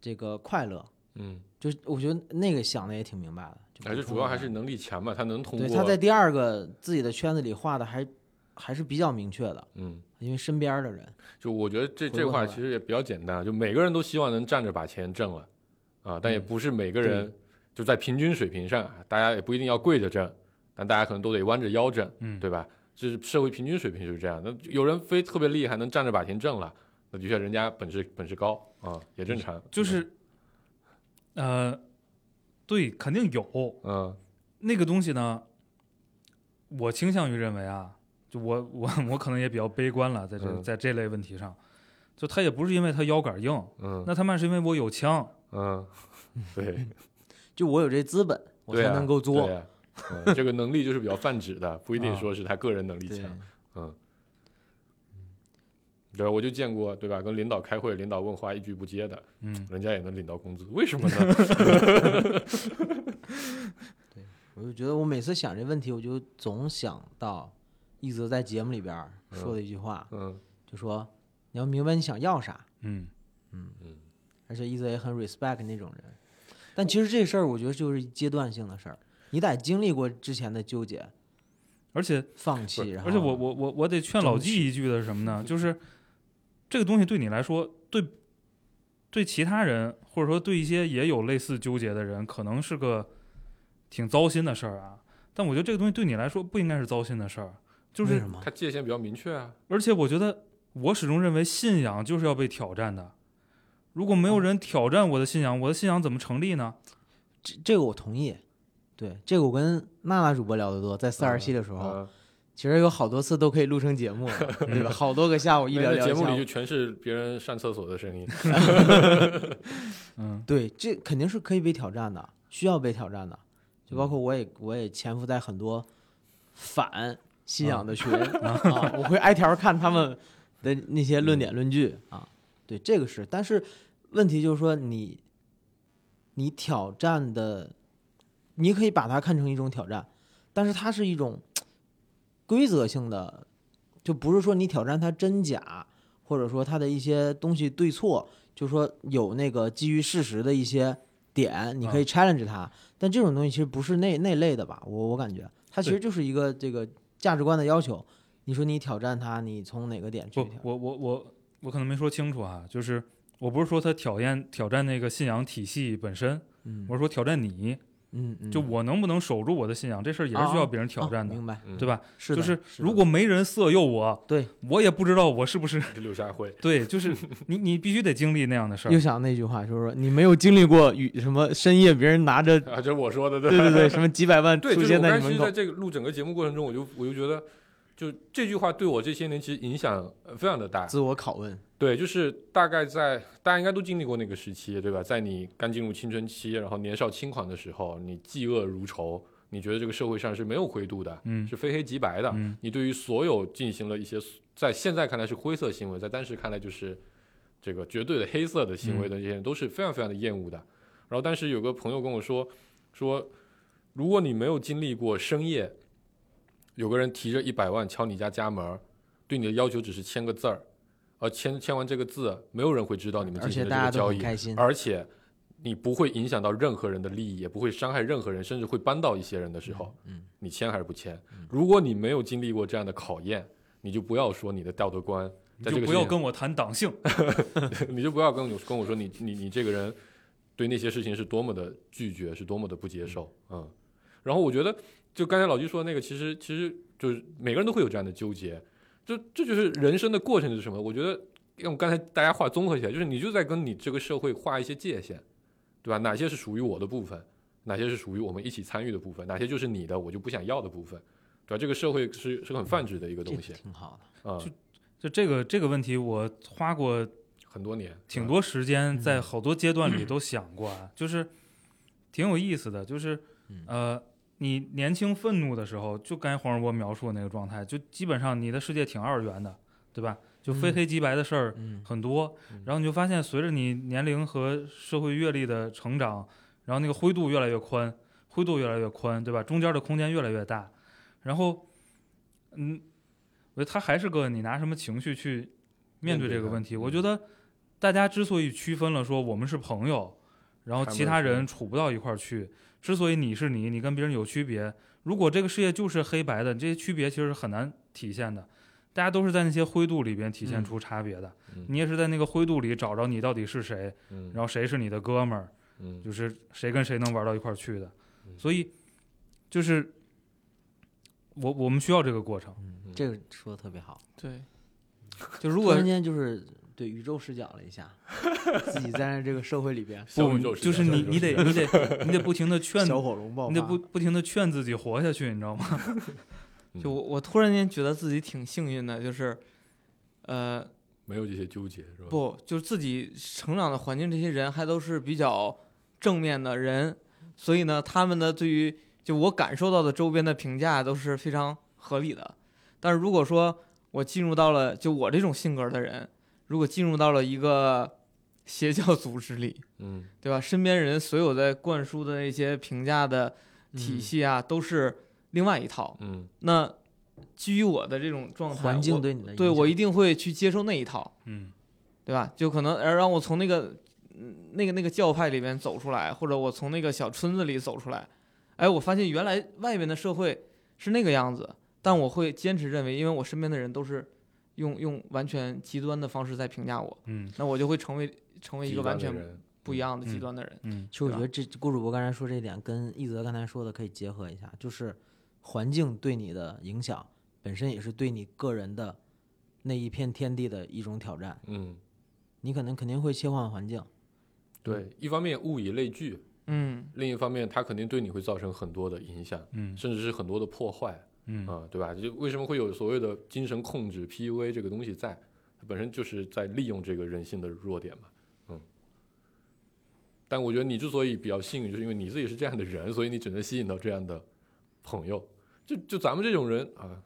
Speaker 5: 这个快乐。
Speaker 4: 嗯，
Speaker 5: 就是我觉得那个想的也挺明白的，就
Speaker 4: 而且哎
Speaker 5: 普通
Speaker 4: 主要
Speaker 5: 人
Speaker 4: 还是能力强嘛，他能通
Speaker 5: 对
Speaker 4: 过
Speaker 5: 他在第二个自己的圈子里画的还还是比较明确的，
Speaker 4: 嗯，
Speaker 5: 因为身边的人，
Speaker 4: 就我觉得这
Speaker 5: 回
Speaker 4: 这
Speaker 5: 过
Speaker 4: 话
Speaker 5: 头来
Speaker 4: 其实也比较简单，就每个人都希望能站着把钱挣了啊，但也不是每个人就在平均水平上，大家也不一定要跪着挣，但大家可能都得弯着腰挣，
Speaker 3: 嗯，
Speaker 4: 对吧？这是社会平均水平就是这样。那有人非特别厉害，能站着把钱挣了，那的确人家本事本事高啊，也正常。
Speaker 3: 就是，呃，对，肯定有，
Speaker 4: 嗯
Speaker 3: 那个东西呢，我倾向于认为啊，就我我我可能也比较悲观了，在这
Speaker 4: 嗯
Speaker 3: 在这类问题上，就他也不是因为他腰杆硬，
Speaker 4: 嗯
Speaker 3: 那他妈是因为我有枪，
Speaker 4: 嗯，对，
Speaker 5: 就我有这资本，我
Speaker 4: 对
Speaker 5: 才
Speaker 4: 啊
Speaker 5: 能够做。
Speaker 4: 对啊嗯这个能力就是比较泛指的，不一定说是他个人能力
Speaker 5: 对
Speaker 4: 强。对，啊我就见过，对吧？跟领导开会，领导问话一句不接的，
Speaker 3: 嗯，
Speaker 4: 人家也能领到工资，为什么呢？
Speaker 5: 我就觉得我每次想这问题，我就总想到一泽在节目里边儿说的一句话，
Speaker 4: 嗯
Speaker 5: 就说你要明白你想要啥，
Speaker 3: 嗯，
Speaker 4: 嗯，
Speaker 5: 而且一泽也很 respect 那种人。但其实这事儿，我觉得就是阶段性的事儿，你得经历过之前的纠结、
Speaker 3: 而且
Speaker 5: 放弃，然后
Speaker 3: 而且我我我我得劝老纪一句的是什么呢？就是这个东西对你来说，对对其他人或者说对一些也有类似纠结的人，可能是个挺糟心的事儿啊。但我觉得这个东西对你来说不应该是糟心的事儿，就
Speaker 5: 为
Speaker 3: 是
Speaker 5: 什么
Speaker 4: 他界限比较明确啊。
Speaker 3: 而且我觉得，我始终认为信仰就是要被挑战的。如果
Speaker 5: 嗯
Speaker 3: 没有人挑战我的信仰，我的信仰怎么成立呢？
Speaker 5: 这这个我同意。对，这个我跟娜娜主播聊得多，在四二七的时候，
Speaker 4: 啊，
Speaker 5: 其实有好多次都可以录成节 目了，对吧？好多个下午一聊
Speaker 4: 啊那
Speaker 5: 聊一
Speaker 4: 节目
Speaker 5: 下
Speaker 4: 里
Speaker 5: 午
Speaker 4: 就全是别人上厕所的声音。
Speaker 3: 嗯
Speaker 5: 对，这肯定是可以被挑战的，需要被挑战的。就包括我也我也潜伏在很多反信仰的群 啊我会挨条看他们的那些论点论据啊。对，这个是，但是问题就是说你你挑战的，你可以把它看成一种挑战，但是它是一种规则性的，就不是说你挑战它真假，或者说它的一些东西对错，就是说有那个基于事实的一些点，你可以 challenge 它。但这种东西其实不是那那类的吧？我我感觉它其实就是一个这个价值观的要求。你说你挑战它，你从哪个点去
Speaker 3: 不
Speaker 5: 挑？，
Speaker 3: 我我我我可能没说清楚啊，就是我不是说他挑战挑战那个信仰体系本身，
Speaker 5: 嗯
Speaker 3: 我是说挑战你，
Speaker 5: 嗯嗯，
Speaker 3: 就我能不能守住我的信仰，这事儿也是需要别人挑战
Speaker 5: 啊
Speaker 3: 的，
Speaker 5: 明白？
Speaker 4: 嗯
Speaker 3: 对吧？
Speaker 5: 是的，
Speaker 3: 就是是如
Speaker 5: 的
Speaker 3: 果没人色诱我，
Speaker 5: 对
Speaker 3: 我也不知道我是不是，
Speaker 4: 这柳下惠
Speaker 3: 对，就是你你必须得经历那样的事儿
Speaker 5: 又，想到那句话，就是说你没有经历过与什么深夜别人拿着，
Speaker 4: 啊，这是我说的，对
Speaker 5: 对对对，什么几百万
Speaker 4: 对，
Speaker 5: 出
Speaker 4: 就是
Speaker 5: 现
Speaker 4: 我
Speaker 5: 在
Speaker 4: 刚
Speaker 5: 你
Speaker 4: 才其
Speaker 5: 门
Speaker 4: 实
Speaker 5: 口
Speaker 4: 在，这个录整个节目过程中，我就我就觉得，就这句话对我这些年其实影响呃非常的大。
Speaker 5: 自我拷问，
Speaker 4: 对，就是大概在大家应该都经历过那个时期，对吧？在你刚进入青春期，然后年少轻狂的时候，你嫉恶如仇，你觉得这个社会上是没有灰度的，
Speaker 3: 嗯
Speaker 4: 是非黑即白的，
Speaker 3: 嗯
Speaker 4: 你对于所有进行了一些在现在看来是灰色行为，在当时看来就是这个绝对的黑色的行
Speaker 5: 嗯
Speaker 4: 为的这些人都是非常非常的厌恶的。然后当时有个朋友跟我说，说如果你没有经历过深夜，有个人提着一百万敲你家家门儿，对你的要求只是签个字儿，而签签完这个字，没有人会知道你们
Speaker 5: 而
Speaker 4: 进行
Speaker 5: 且
Speaker 4: 了
Speaker 5: 大家
Speaker 4: 这个
Speaker 5: 都
Speaker 4: 交
Speaker 5: 很
Speaker 4: 易，
Speaker 5: 开心。
Speaker 4: 而且你不会影响到任何人的利益，也不会伤害任何人，甚至会帮到一些人的时候，
Speaker 5: 嗯，
Speaker 4: 你签还是不签？如果你没有经历过这样的考验，你就不要说你的道德观，
Speaker 3: 你
Speaker 4: 在这
Speaker 3: 就
Speaker 4: 个
Speaker 3: 不
Speaker 4: 事
Speaker 3: 要
Speaker 4: 情
Speaker 3: 跟我谈党性，
Speaker 4: 你就不要跟我跟我说你你你这个人对那些事情是多么的拒绝，是多么的不接受，嗯。然后我觉得，就刚才老季说的那个，其实其实就是每个人都会有这样的纠结，就这就是人生的过程是什么？我觉得用刚才大家话综合起来，就是你就在跟你这个社会画一些界限，对吧？哪些是属于我的部分，哪些是属于我们一起参与的部分，哪些就是你的我就不想要的部分，对吧？这个社会是是很泛指的一个
Speaker 5: 这
Speaker 4: 东西，
Speaker 5: 挺好的。
Speaker 4: 啊、
Speaker 3: 就就这个这个问题，我花过
Speaker 4: 很多年，
Speaker 3: 挺
Speaker 4: 嗯
Speaker 3: 多时间在好多阶 段里都想过啊，就是挺有意思的，就是
Speaker 5: 嗯
Speaker 3: 呃，你年轻愤怒的时候，就刚才黄世波描述的那个状态，就基本上你的世界挺二元的，对吧？就非
Speaker 5: 嗯
Speaker 3: 黑即白的事儿
Speaker 5: 嗯，
Speaker 3: 很多，然后你就发现随着你年龄和社会阅历的成长，然后那个灰度越来越宽，灰度越来越宽，对吧？中间的空间越来越大，然后，嗯，我觉得它还是个你拿什么情绪去面对这嗯个问题。
Speaker 4: 面对它
Speaker 3: 我觉得大家之所以区分了说我们是朋友，然后其他人处不到一块儿去，之所以你是你，你跟别人有区别。如果这个世界就是黑白的，这些区别其实是很难体现的。大家都是在那些灰度里边体现
Speaker 5: 嗯
Speaker 3: 出差别的，
Speaker 4: 嗯
Speaker 3: 你也是在那个灰度里找着你到底是谁，
Speaker 4: 嗯
Speaker 3: 然后谁是你的哥们儿，
Speaker 4: 嗯
Speaker 3: 就是谁跟谁能玩到一块儿去的。
Speaker 4: 嗯
Speaker 3: 所以，就是我我们需要这个过程。
Speaker 5: 嗯这个说的特别好。
Speaker 2: 对，就如果
Speaker 5: 突然间就是对宇宙视角了一下，自己在这个社会里边，
Speaker 4: 小
Speaker 3: 不
Speaker 4: 宇宙，时
Speaker 3: 就是
Speaker 4: 间小宇
Speaker 3: 你
Speaker 4: 宙
Speaker 3: 你得
Speaker 4: 时间
Speaker 3: 你得 你得不停的劝，
Speaker 5: 小火龙爆
Speaker 3: 你
Speaker 5: 发，
Speaker 3: 得不不停的劝自己活下去，你知道吗？
Speaker 2: 就我我突然间觉得自己挺幸运的，就是，呃，
Speaker 4: 没有这些纠结是吧？
Speaker 2: 不，就是自己成长的环境，这些人还都是比较正面的人，所以呢，他们的对于就我感受到的周边的评价都是非常合理的。但是如果说我进入到了就我这种性格的人，如果进入到了一个 邪教组织里，
Speaker 4: 嗯
Speaker 2: 对吧？身边人所有在灌输的那些评价的体
Speaker 5: 嗯
Speaker 2: 系啊，都是另外一套。
Speaker 4: 嗯
Speaker 2: 那基于我的这种状态，
Speaker 5: 环
Speaker 2: 我
Speaker 5: 境对你的
Speaker 2: 对
Speaker 5: 影
Speaker 2: 我
Speaker 5: 响
Speaker 2: 一定会去接受那一套。
Speaker 3: 嗯，
Speaker 2: 对吧？就可能呃让我从那个嗯那个那个教派里面走出来，或者我从那个小村子里走出来，哎，我发现原来外面的社会是那个样子，但我会坚持认为，因为我身边的人都是用用完全极端的方式在评价我，
Speaker 3: 嗯
Speaker 2: 那我就会成为成为一
Speaker 4: 极
Speaker 2: 个
Speaker 4: 端
Speaker 2: 完
Speaker 4: 的
Speaker 2: 全
Speaker 4: 人
Speaker 2: 不一样的
Speaker 3: 嗯
Speaker 2: 极端的人。
Speaker 3: 嗯
Speaker 5: 其实我
Speaker 2: 对吧
Speaker 5: 觉得这顾主播刚才说这一点跟一泽刚才说的可以结合一下，就是环境对你的影响本身也是对你个人的那一片天地的一种挑战。
Speaker 4: 嗯，
Speaker 5: 你可能肯定会切换环境，
Speaker 4: 对，一方面物以类聚，
Speaker 2: 嗯，
Speaker 4: 另一方面它肯定对你会造成很多的影响，
Speaker 3: 嗯
Speaker 4: 甚至是很多的破坏
Speaker 3: 嗯
Speaker 4: 啊、对吧？就为什么会有所谓的精神控制 PUA 这个东西在，它本身就是在利用这个人性的弱点嘛，嗯。但我觉得你之所以比较幸运，就是因为你自己是这样的人，所以你只能吸引到这样的朋友。就就咱们这种人啊，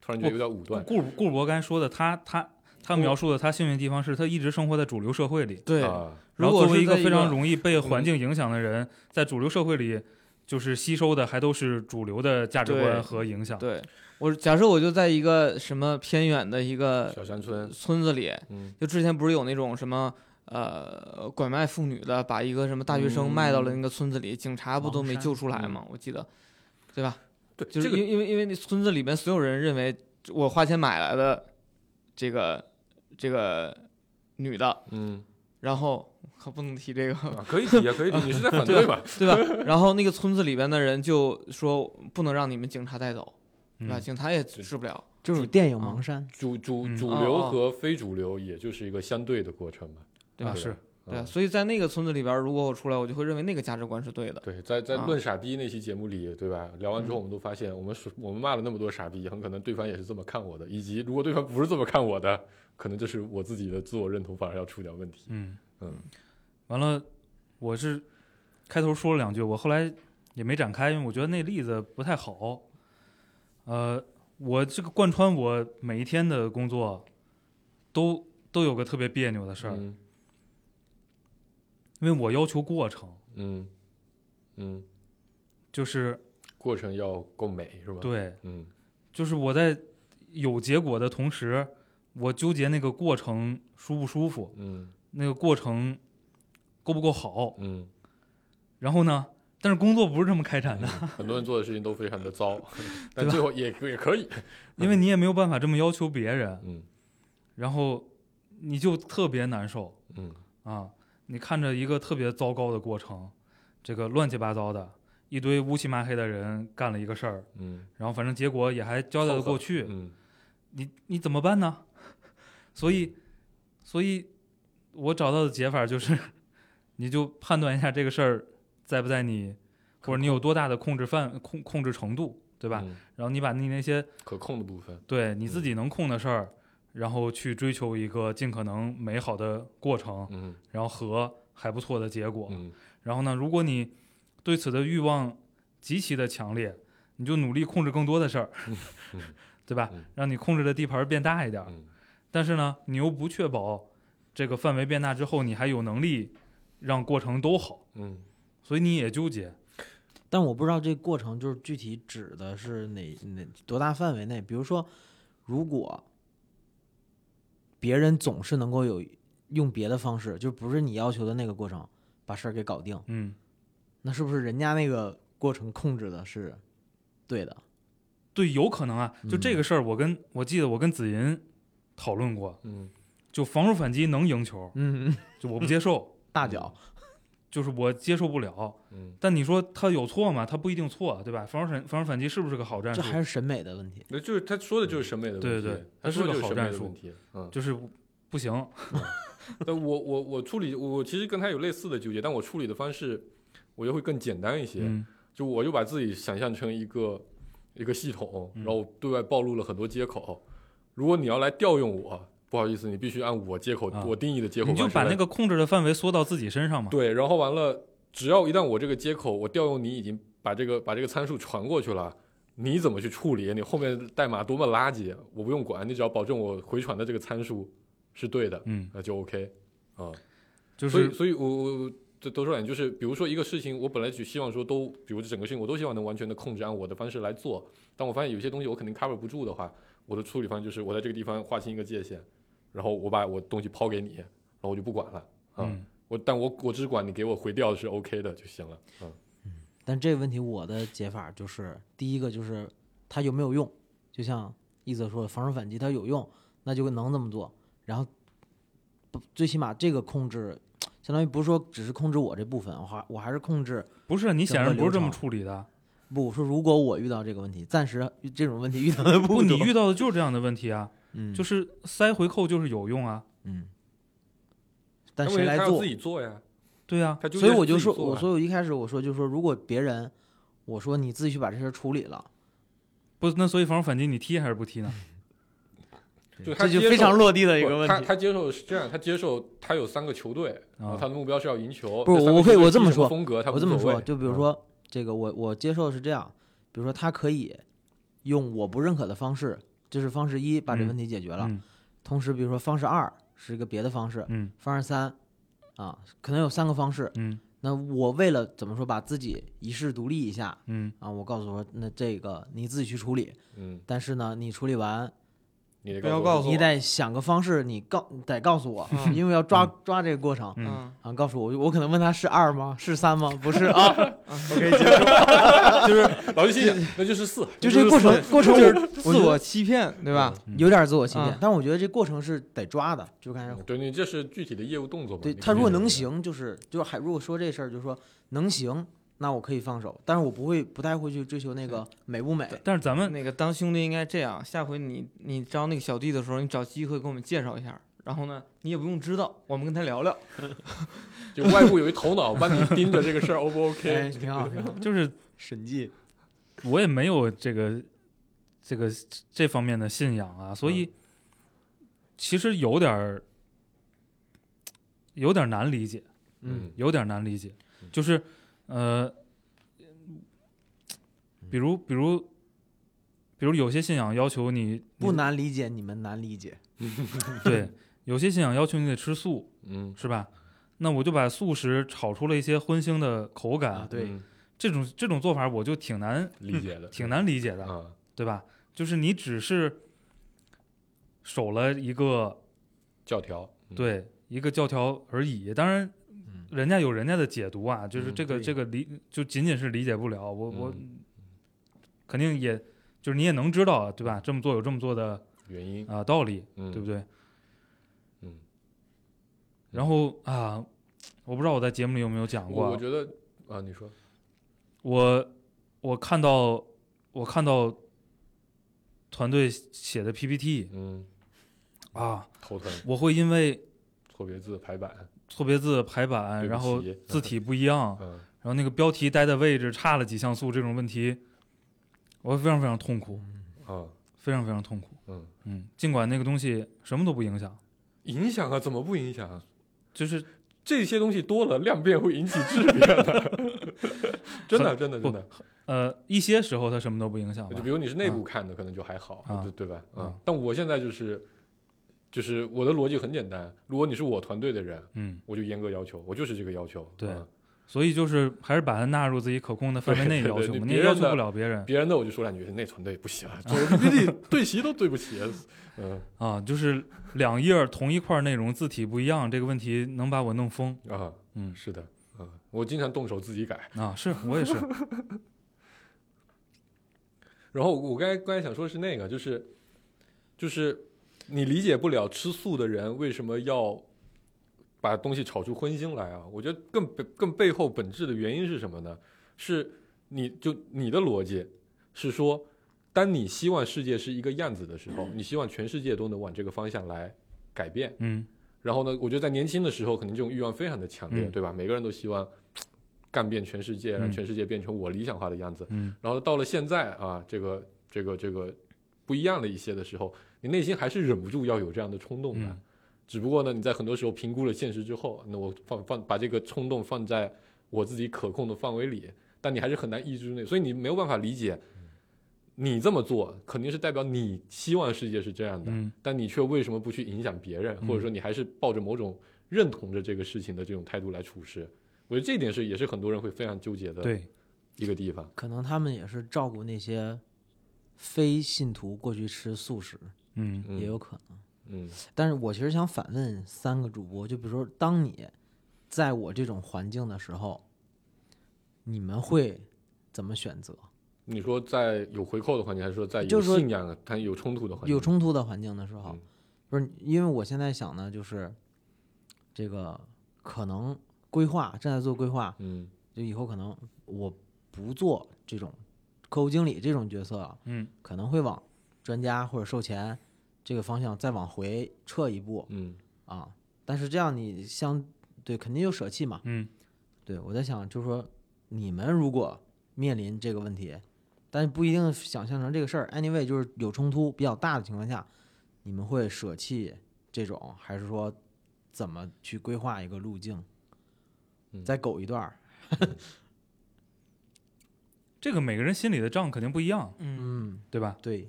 Speaker 4: 突然觉得有点武断
Speaker 3: 顾顾博刚才说的，他他他描述的他幸运的地方是他一直生活在主流社会里，
Speaker 2: 对
Speaker 4: 啊。
Speaker 3: 然
Speaker 2: 如
Speaker 3: 后
Speaker 2: 果
Speaker 3: 作为
Speaker 2: 是
Speaker 3: 一个
Speaker 2: 在
Speaker 3: 非常
Speaker 2: 个嗯
Speaker 3: 容易被环境影响的人，在主流社会里，就是吸收的还都是主流的价值观
Speaker 2: 对
Speaker 3: 和影响。
Speaker 2: 对我假设我就在一个什么偏远的一个
Speaker 4: 小山村，
Speaker 2: 村子里，
Speaker 4: 嗯，
Speaker 2: 就之前不是有那种什么呃拐卖妇女的，把一个什么大学生卖到了那个村子里，警察不都没救出来吗？我记得，对吧？
Speaker 4: 对，
Speaker 2: 就
Speaker 4: 这
Speaker 2: 是
Speaker 4: 个
Speaker 2: 因因为因为那村子里面所有人认为我花钱买来的这个这个女的，
Speaker 4: 嗯，
Speaker 2: 然后可不能提这个，
Speaker 4: 啊可以提啊，可以提，你是在反对吧？
Speaker 2: 对吧？ 然后那个村子里边的人就说不能让你们警察带走，对吧？
Speaker 3: 嗯
Speaker 2: 警察也治不了，
Speaker 5: 就是电影
Speaker 2: 啊
Speaker 5: 盲山，
Speaker 4: 主主
Speaker 3: 嗯
Speaker 4: 主
Speaker 2: 哦
Speaker 4: 流
Speaker 2: 哦
Speaker 4: 和非主流，也就是一个相对的过程嘛，
Speaker 2: 对吧？
Speaker 4: 吧
Speaker 3: 是，
Speaker 2: 对啊，
Speaker 4: 嗯
Speaker 2: 所以在那个村子里边儿，如果我出来，我就会认为那个价值观是对的。
Speaker 4: 对，在在
Speaker 2: 啊
Speaker 4: 论傻逼那期节目里，对吧？聊完之后，我们都发现，我们说我们骂了那么多傻逼，很可能对方也是这么看我的，以及如果对方不是这么看我的，可能这是我自己的自我认同反而要出点问题。
Speaker 3: 嗯
Speaker 4: 嗯，
Speaker 3: 完了，我是开头说了两句，我后来也没展开，因为我觉得那例子不太好。呃，我这个贯穿我每一天的工作，都都有个特别别扭的事儿，
Speaker 4: 嗯
Speaker 3: 因为我要求过程，
Speaker 4: 嗯嗯，
Speaker 3: 就是
Speaker 4: 过程要够美是吧？，
Speaker 3: 对，
Speaker 4: 嗯
Speaker 3: 就是我在有结果的同时，我纠结那个过程舒不舒服，
Speaker 4: 嗯
Speaker 3: 那个过程够不够好。
Speaker 4: 嗯，
Speaker 3: 然后呢，但是工作不是这么开展的，
Speaker 4: 很多人做的事情都非常的糟，但最后也也可以。
Speaker 3: 因为你也没有办法这么要求别人。
Speaker 4: 嗯
Speaker 3: 然后你就特别难受
Speaker 4: 嗯
Speaker 3: 啊！你看着一个特别糟糕的过程，这个乱七八糟的，一堆乌漆麻黑的人干了一个事儿，
Speaker 4: 嗯
Speaker 3: 然后反正结果也还交代的过去，
Speaker 4: 嗯
Speaker 3: 你你怎么办呢？ 所以，所以我找到的解法就是，你就判断一下这个事儿在不在你，或者你有多大的控制范控控制程度，对
Speaker 4: 对
Speaker 3: 吧？？然后你把你那些
Speaker 4: 可控的部分，
Speaker 3: 对你
Speaker 4: 嗯
Speaker 3: 自己能控的事儿，然后去追求一个尽可能美好的过程，
Speaker 4: 嗯
Speaker 3: 然后和还不错的结果。
Speaker 4: 嗯
Speaker 3: 然后呢，如果你对此的欲望极其的强烈，你就努力控制更多的事儿，
Speaker 4: 嗯
Speaker 3: 对吧
Speaker 4: 嗯？
Speaker 3: 让你控制的地盘儿变大一点儿。
Speaker 4: 嗯
Speaker 3: 但是呢，你又不确保这个范围变大之后，你还有能力让过程都好，
Speaker 4: 嗯
Speaker 3: 所以你也纠结。
Speaker 5: 但我不知道这个过程就是具体指的是哪哪多大范围内。比如说，如果别人总是能够有用别的方式，就不是你要求的那个过程，把事儿给搞定，
Speaker 3: 嗯，
Speaker 5: 那是不是人家那个过程控制的是对的？
Speaker 3: 对，有可能啊。就这个事儿，我跟我记得我跟子银讨论过，
Speaker 4: 嗯
Speaker 3: 就防守反击能赢球，
Speaker 5: 嗯，
Speaker 3: 就我不接受，
Speaker 5: 大脚，
Speaker 3: 就是我接受不了。
Speaker 4: 嗯，
Speaker 3: 但你说他有错吗？他不一定错，啊对吧？防守反防守反击是不是个好战术
Speaker 5: 嗯这？还是审美的问题。
Speaker 4: 那就是他说的就是审美的问题，
Speaker 3: 对对
Speaker 4: 他说的就是
Speaker 3: 它是个好
Speaker 4: 审美的
Speaker 3: 战术
Speaker 4: 问题。 嗯，
Speaker 3: 就是不行，
Speaker 4: 但我我我处理我我其实跟他有类似的纠结，但我处理的方式我就会更简单一些，
Speaker 3: 嗯
Speaker 4: 就我就把自己想象成一个一个系统，
Speaker 3: 嗯
Speaker 4: 然后对外暴露了很多接口。如果你要来调用我，不好意思，你必须按我接口、
Speaker 3: 啊
Speaker 4: 我定义的接口
Speaker 3: 你
Speaker 4: 方式来，
Speaker 3: 就把那个控制的范围缩到自己身上嘛。
Speaker 4: 对，然后完了，只要一旦我这个接口我调用你已经把这个把这个参数传过去了。你怎么去处理？你后面代码多么垃圾，我不用管，你只要保证我回传的这个参数是对的，
Speaker 3: 嗯，
Speaker 4: 那就 OK 啊、
Speaker 3: 就
Speaker 4: 所以，
Speaker 3: 是
Speaker 4: 所以我我我这多说两句，就是比如说一个事情，我本来只希望说都，比如这整个事情我都希望能完全的控制，按我的方式来做。但我发现有些东西我肯定 cover 不住的话，我的处理方式就是我在这个地方划清一个界限，然后我把我东西抛给你，然后我就不管了。啊、
Speaker 3: 嗯，
Speaker 4: 我但我我只管你给我回调是 OK 的就行了。嗯
Speaker 5: 但这个问题我的解法就是，第一个就是它有没有用，就像一泽说的，防守反击它有用，那就能这么做。然后不，最起码这个控制，相当于不是说只是控制我这部分，我还我还是控制。
Speaker 3: 不是你显然不是这么处理的，
Speaker 5: 不，我说如果我遇到这个问题，暂时这种问题遇到的
Speaker 3: 不，
Speaker 5: 不
Speaker 3: 你
Speaker 5: 多
Speaker 3: 遇到的就是这样的问题啊，
Speaker 5: 嗯
Speaker 3: 就是塞回扣就是有用啊，
Speaker 5: 嗯，但
Speaker 4: 但
Speaker 5: 谁
Speaker 4: 问题
Speaker 5: 来
Speaker 4: 他要
Speaker 5: 做
Speaker 4: 自？己做呀，
Speaker 3: 对啊，
Speaker 4: 他纠结
Speaker 5: 所以
Speaker 4: 是
Speaker 5: 我就
Speaker 4: 自己
Speaker 5: 说，
Speaker 4: 做
Speaker 5: 我
Speaker 4: 啊
Speaker 5: 说我一开始我说就说，如果别人我说你自己去把这事儿处理了，
Speaker 3: 不，那所以防守反击你踢还是不踢呢？
Speaker 4: 就他
Speaker 5: 这就
Speaker 4: 接
Speaker 5: 非
Speaker 4: 受
Speaker 5: 常落地的一
Speaker 4: 不
Speaker 5: 个问
Speaker 4: 他
Speaker 5: 题。啊
Speaker 4: 他接受是这样，他接受他有三个球队，然后他的目标是要赢球。
Speaker 5: 不是
Speaker 4: 这三个
Speaker 5: 我可以
Speaker 4: 球队
Speaker 5: 我这
Speaker 4: 踢
Speaker 5: 么
Speaker 4: 什
Speaker 5: 说
Speaker 4: 风格他
Speaker 5: 我
Speaker 4: 无
Speaker 5: 这么
Speaker 4: 所
Speaker 5: 说，
Speaker 4: 谓
Speaker 5: 就比如
Speaker 4: 嗯
Speaker 5: 说这个我，我接受的是这样，比如说他可以用我不认可的方式，这是方式一，把这
Speaker 3: 嗯
Speaker 5: 问题解决了。
Speaker 3: 嗯
Speaker 5: 同时，比如说方式二是一个别的方式，
Speaker 3: 嗯
Speaker 5: 方式三啊，可能有三个方式。
Speaker 3: 嗯
Speaker 5: 那我为了怎么说把自己一世独立一下
Speaker 3: 嗯，
Speaker 5: 啊，我告诉我说，那这个你自己去处理，
Speaker 4: 嗯，
Speaker 5: 但是呢，你处理完
Speaker 4: 你得
Speaker 2: 不要
Speaker 4: 我
Speaker 2: 告诉
Speaker 4: 做
Speaker 5: 你
Speaker 4: 法
Speaker 5: 得想个方式，你告得告诉我，
Speaker 2: 嗯
Speaker 5: 因为我要抓抓这个过程。
Speaker 3: 嗯
Speaker 2: 嗯，
Speaker 5: 啊，告诉我，我可能问他是二吗？是三吗？不 是啊，我可以接受。
Speaker 4: 老师心 想，那就是四，
Speaker 5: 就这个 过程，过程
Speaker 2: 就
Speaker 5: 我
Speaker 2: 是自我欺骗，对吧？
Speaker 5: 有点自我欺骗
Speaker 2: 啊，
Speaker 5: 但我觉得这过程是得抓的，就刚才
Speaker 4: 嗯对你这是具体的业务动作嘛？
Speaker 5: 对
Speaker 4: 你
Speaker 5: 他如
Speaker 4: 肯
Speaker 5: 果
Speaker 4: 定
Speaker 5: 能
Speaker 4: 是这样，
Speaker 5: 行，就是就是还如果说这事儿，就是说能行，那我可以放手，但是我不会不太会去追求 那个美不美。
Speaker 3: 但是咱们
Speaker 2: 那个当兄弟应该这样，下回你你招那个小弟的时候，你找机会给我们介绍一下，然后呢，你也不用知道，我们跟他聊聊。
Speaker 4: 就外部有一头脑帮你盯着这个事儿，O 不 OK？
Speaker 5: 哎挺好， 挺好，
Speaker 3: 就是
Speaker 5: 审计，
Speaker 3: 我也没有这个这个这方面的信仰啊，所
Speaker 5: 嗯
Speaker 3: 以其实有点儿有点儿难理解，
Speaker 4: 嗯
Speaker 3: 有点儿难理解
Speaker 4: 嗯，
Speaker 3: 就是呃，
Speaker 5: 嗯
Speaker 3: 比如比如比如有些信仰要求你
Speaker 5: 不难理解，你们难理解，
Speaker 3: 对，有些信仰要求你得吃素，
Speaker 4: 嗯
Speaker 3: 是吧？那我就把素食炒出了一些荤腥的口感，
Speaker 5: 啊对
Speaker 4: 嗯
Speaker 3: 这种这种做法我就挺难
Speaker 4: 理解 的，
Speaker 3: 挺难理解的，
Speaker 4: 啊，
Speaker 3: 对吧？就是你只是守了一个
Speaker 4: 教条，嗯，
Speaker 3: 对一个教条而已，当然
Speaker 5: 嗯，
Speaker 3: 人家有人家的解读啊，就是
Speaker 4: 嗯
Speaker 3: 这个、
Speaker 5: 对
Speaker 3: 这个理就仅仅是理解不了，我、我
Speaker 4: 嗯
Speaker 3: 肯定也就是你也能知道，啊对吧？这么做有这么做的
Speaker 4: 原因，
Speaker 3: 啊、道理，
Speaker 4: 嗯，
Speaker 3: 对不对？
Speaker 4: 嗯，
Speaker 3: 然后啊，我不知道我在节目里有没有讲过
Speaker 4: 我
Speaker 3: 啊，
Speaker 4: 我觉得啊，你说，
Speaker 3: 我我看到我看到团队写的 PPT
Speaker 4: 嗯，
Speaker 3: 啊，
Speaker 4: 头疼，
Speaker 3: 我会因为
Speaker 4: 错别字排版，
Speaker 3: 错别字排版，
Speaker 4: 对不
Speaker 3: 然后
Speaker 4: 起
Speaker 3: 字体不一 样，
Speaker 4: 嗯
Speaker 3: 然后那个标题待的位置差了几像素这种问题，我会非常非常痛苦，
Speaker 4: 啊
Speaker 3: 非常非常痛苦。
Speaker 4: 嗯，
Speaker 3: 嗯，尽管那个东西什么都不影响，
Speaker 4: 影响啊，怎么不影响啊？
Speaker 3: 就是
Speaker 4: 这些东西多了，量变会引起质变的， 真的，真的，真的。
Speaker 3: 呃一些时候它什么都不影响吧嗯
Speaker 4: 就比。如你是内部看的，可能就还好，
Speaker 3: 啊
Speaker 4: 对对吧？
Speaker 3: 啊
Speaker 4: 嗯，但我现在就是，就是我的逻辑很简单，如果你是我团队的人，
Speaker 3: 嗯，
Speaker 4: 我就严格要求，我就是这个要求。
Speaker 3: 对
Speaker 4: 嗯
Speaker 3: 所以就是还是把它纳入自己可控的范围内
Speaker 4: 对对
Speaker 3: 要求
Speaker 4: 对
Speaker 3: 嘛，你
Speaker 4: 对别
Speaker 3: 也
Speaker 4: 人
Speaker 3: 要求
Speaker 4: 的
Speaker 3: 不了别人。
Speaker 4: 别人的我就说两句，那团队不行，啊 做 PPT 对齐都对不起。嗯
Speaker 3: 啊，就是两页儿同一块儿内容，字体不一样，这个问题能把我弄疯
Speaker 4: 啊，
Speaker 3: 嗯
Speaker 4: 是的，嗯，我经常动手自己改。
Speaker 3: 啊！是我也 是，
Speaker 4: 然后我刚才刚才想说的是那个，就是就是你理解不了吃素的人为什么要把东西炒出荤腥来啊？我觉得更背更背后本质的原因是什么呢？是你就你的逻辑是说，当你希望世界是一个样子的时候，你希望全世界都能往这个方向来改变。
Speaker 3: 嗯
Speaker 4: 然后呢，我觉得在年轻的时候，可能这种欲望非常的强烈，
Speaker 3: 嗯
Speaker 4: 对吧？每个人都希望干遍全世界，让
Speaker 3: 嗯
Speaker 4: 全世界变成我理想化的样子。
Speaker 3: 嗯
Speaker 4: 然后到了现在啊，这个这个这个不一样了一些的时候，你内心还是忍不住要有这样的冲动的。
Speaker 3: 嗯
Speaker 4: 只不过呢，你在很多时候评估了现实之后，那我放放把这个冲动放在我自己可控的范围里，但你还是很难抑制住那，所以你没有办法理解。你这么做肯定是代表你希望世界是这样的，
Speaker 3: 嗯
Speaker 4: 但你却为什么不去影响别人，
Speaker 3: 嗯
Speaker 4: 或者说你还是抱着某种认同着这个事情的这种态度来处事？我觉得这一点是也是很多人会非常纠结的
Speaker 3: 对，
Speaker 4: 一个地方。
Speaker 5: 可能他们也是照顾那些非信徒过去吃素食，
Speaker 3: 嗯
Speaker 4: 嗯
Speaker 5: 也有可能。
Speaker 4: 嗯
Speaker 5: 但是我其实想反问三个主播，就比如说，当你在我这种环境的时候，你们会怎么选择？
Speaker 4: 你说在有回扣的环境，还是说在有
Speaker 5: 就是说
Speaker 4: 信仰它有冲突的环境？
Speaker 5: 有冲突的环境的时候
Speaker 4: 嗯，
Speaker 5: 不是因为我现在想呢，就是这个可能规划正在做规划，
Speaker 4: 嗯
Speaker 5: 就以后可能我不做这种客户经理这种角色了，
Speaker 3: 嗯，
Speaker 5: 可能会往专家或者售前这个方向再往回撤一步
Speaker 4: 嗯
Speaker 5: 啊。但是这样你相对肯定就舍弃嘛。
Speaker 3: 嗯
Speaker 5: 对我在想，就是说你们如果面临这个问题，但是不一定想象成这个事儿。Anyway，就是有冲突比较大的情况下，你们会舍弃这种，还是说怎么去规划一个路径
Speaker 4: 嗯？
Speaker 5: 再苟一段儿，
Speaker 3: 这个每个人心里的账肯定不一样，
Speaker 2: 嗯，
Speaker 5: 嗯，
Speaker 3: 对吧？
Speaker 5: 对，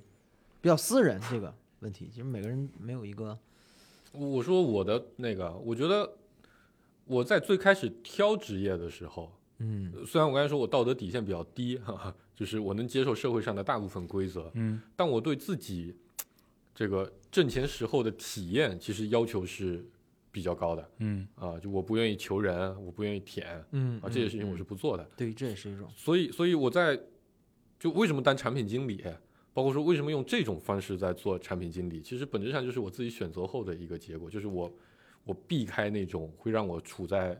Speaker 5: 比较私人这个问题，其实每个人没有一个，
Speaker 4: 我我说我的那个，我觉得我在最开始挑职业的时候，
Speaker 5: 嗯
Speaker 4: 呃虽然我刚才说我道德底线比较低，哈哈，就是我能接受社会上的大部分规则，
Speaker 3: 嗯
Speaker 4: 但我对自己这个挣钱时候的体验，其实要求是比较高的
Speaker 3: 嗯
Speaker 4: 啊、就我不愿意求人，我不愿意舔啊，
Speaker 5: 嗯
Speaker 4: 这些事情我是不做的。
Speaker 5: 对，这也是一种，
Speaker 4: 所以，所以我在就为什么当产品经理，包括说为什么用这种方式在做产品经理，其实本质上就是我自己选择后的一个结果，就是我我避开那种会让我处在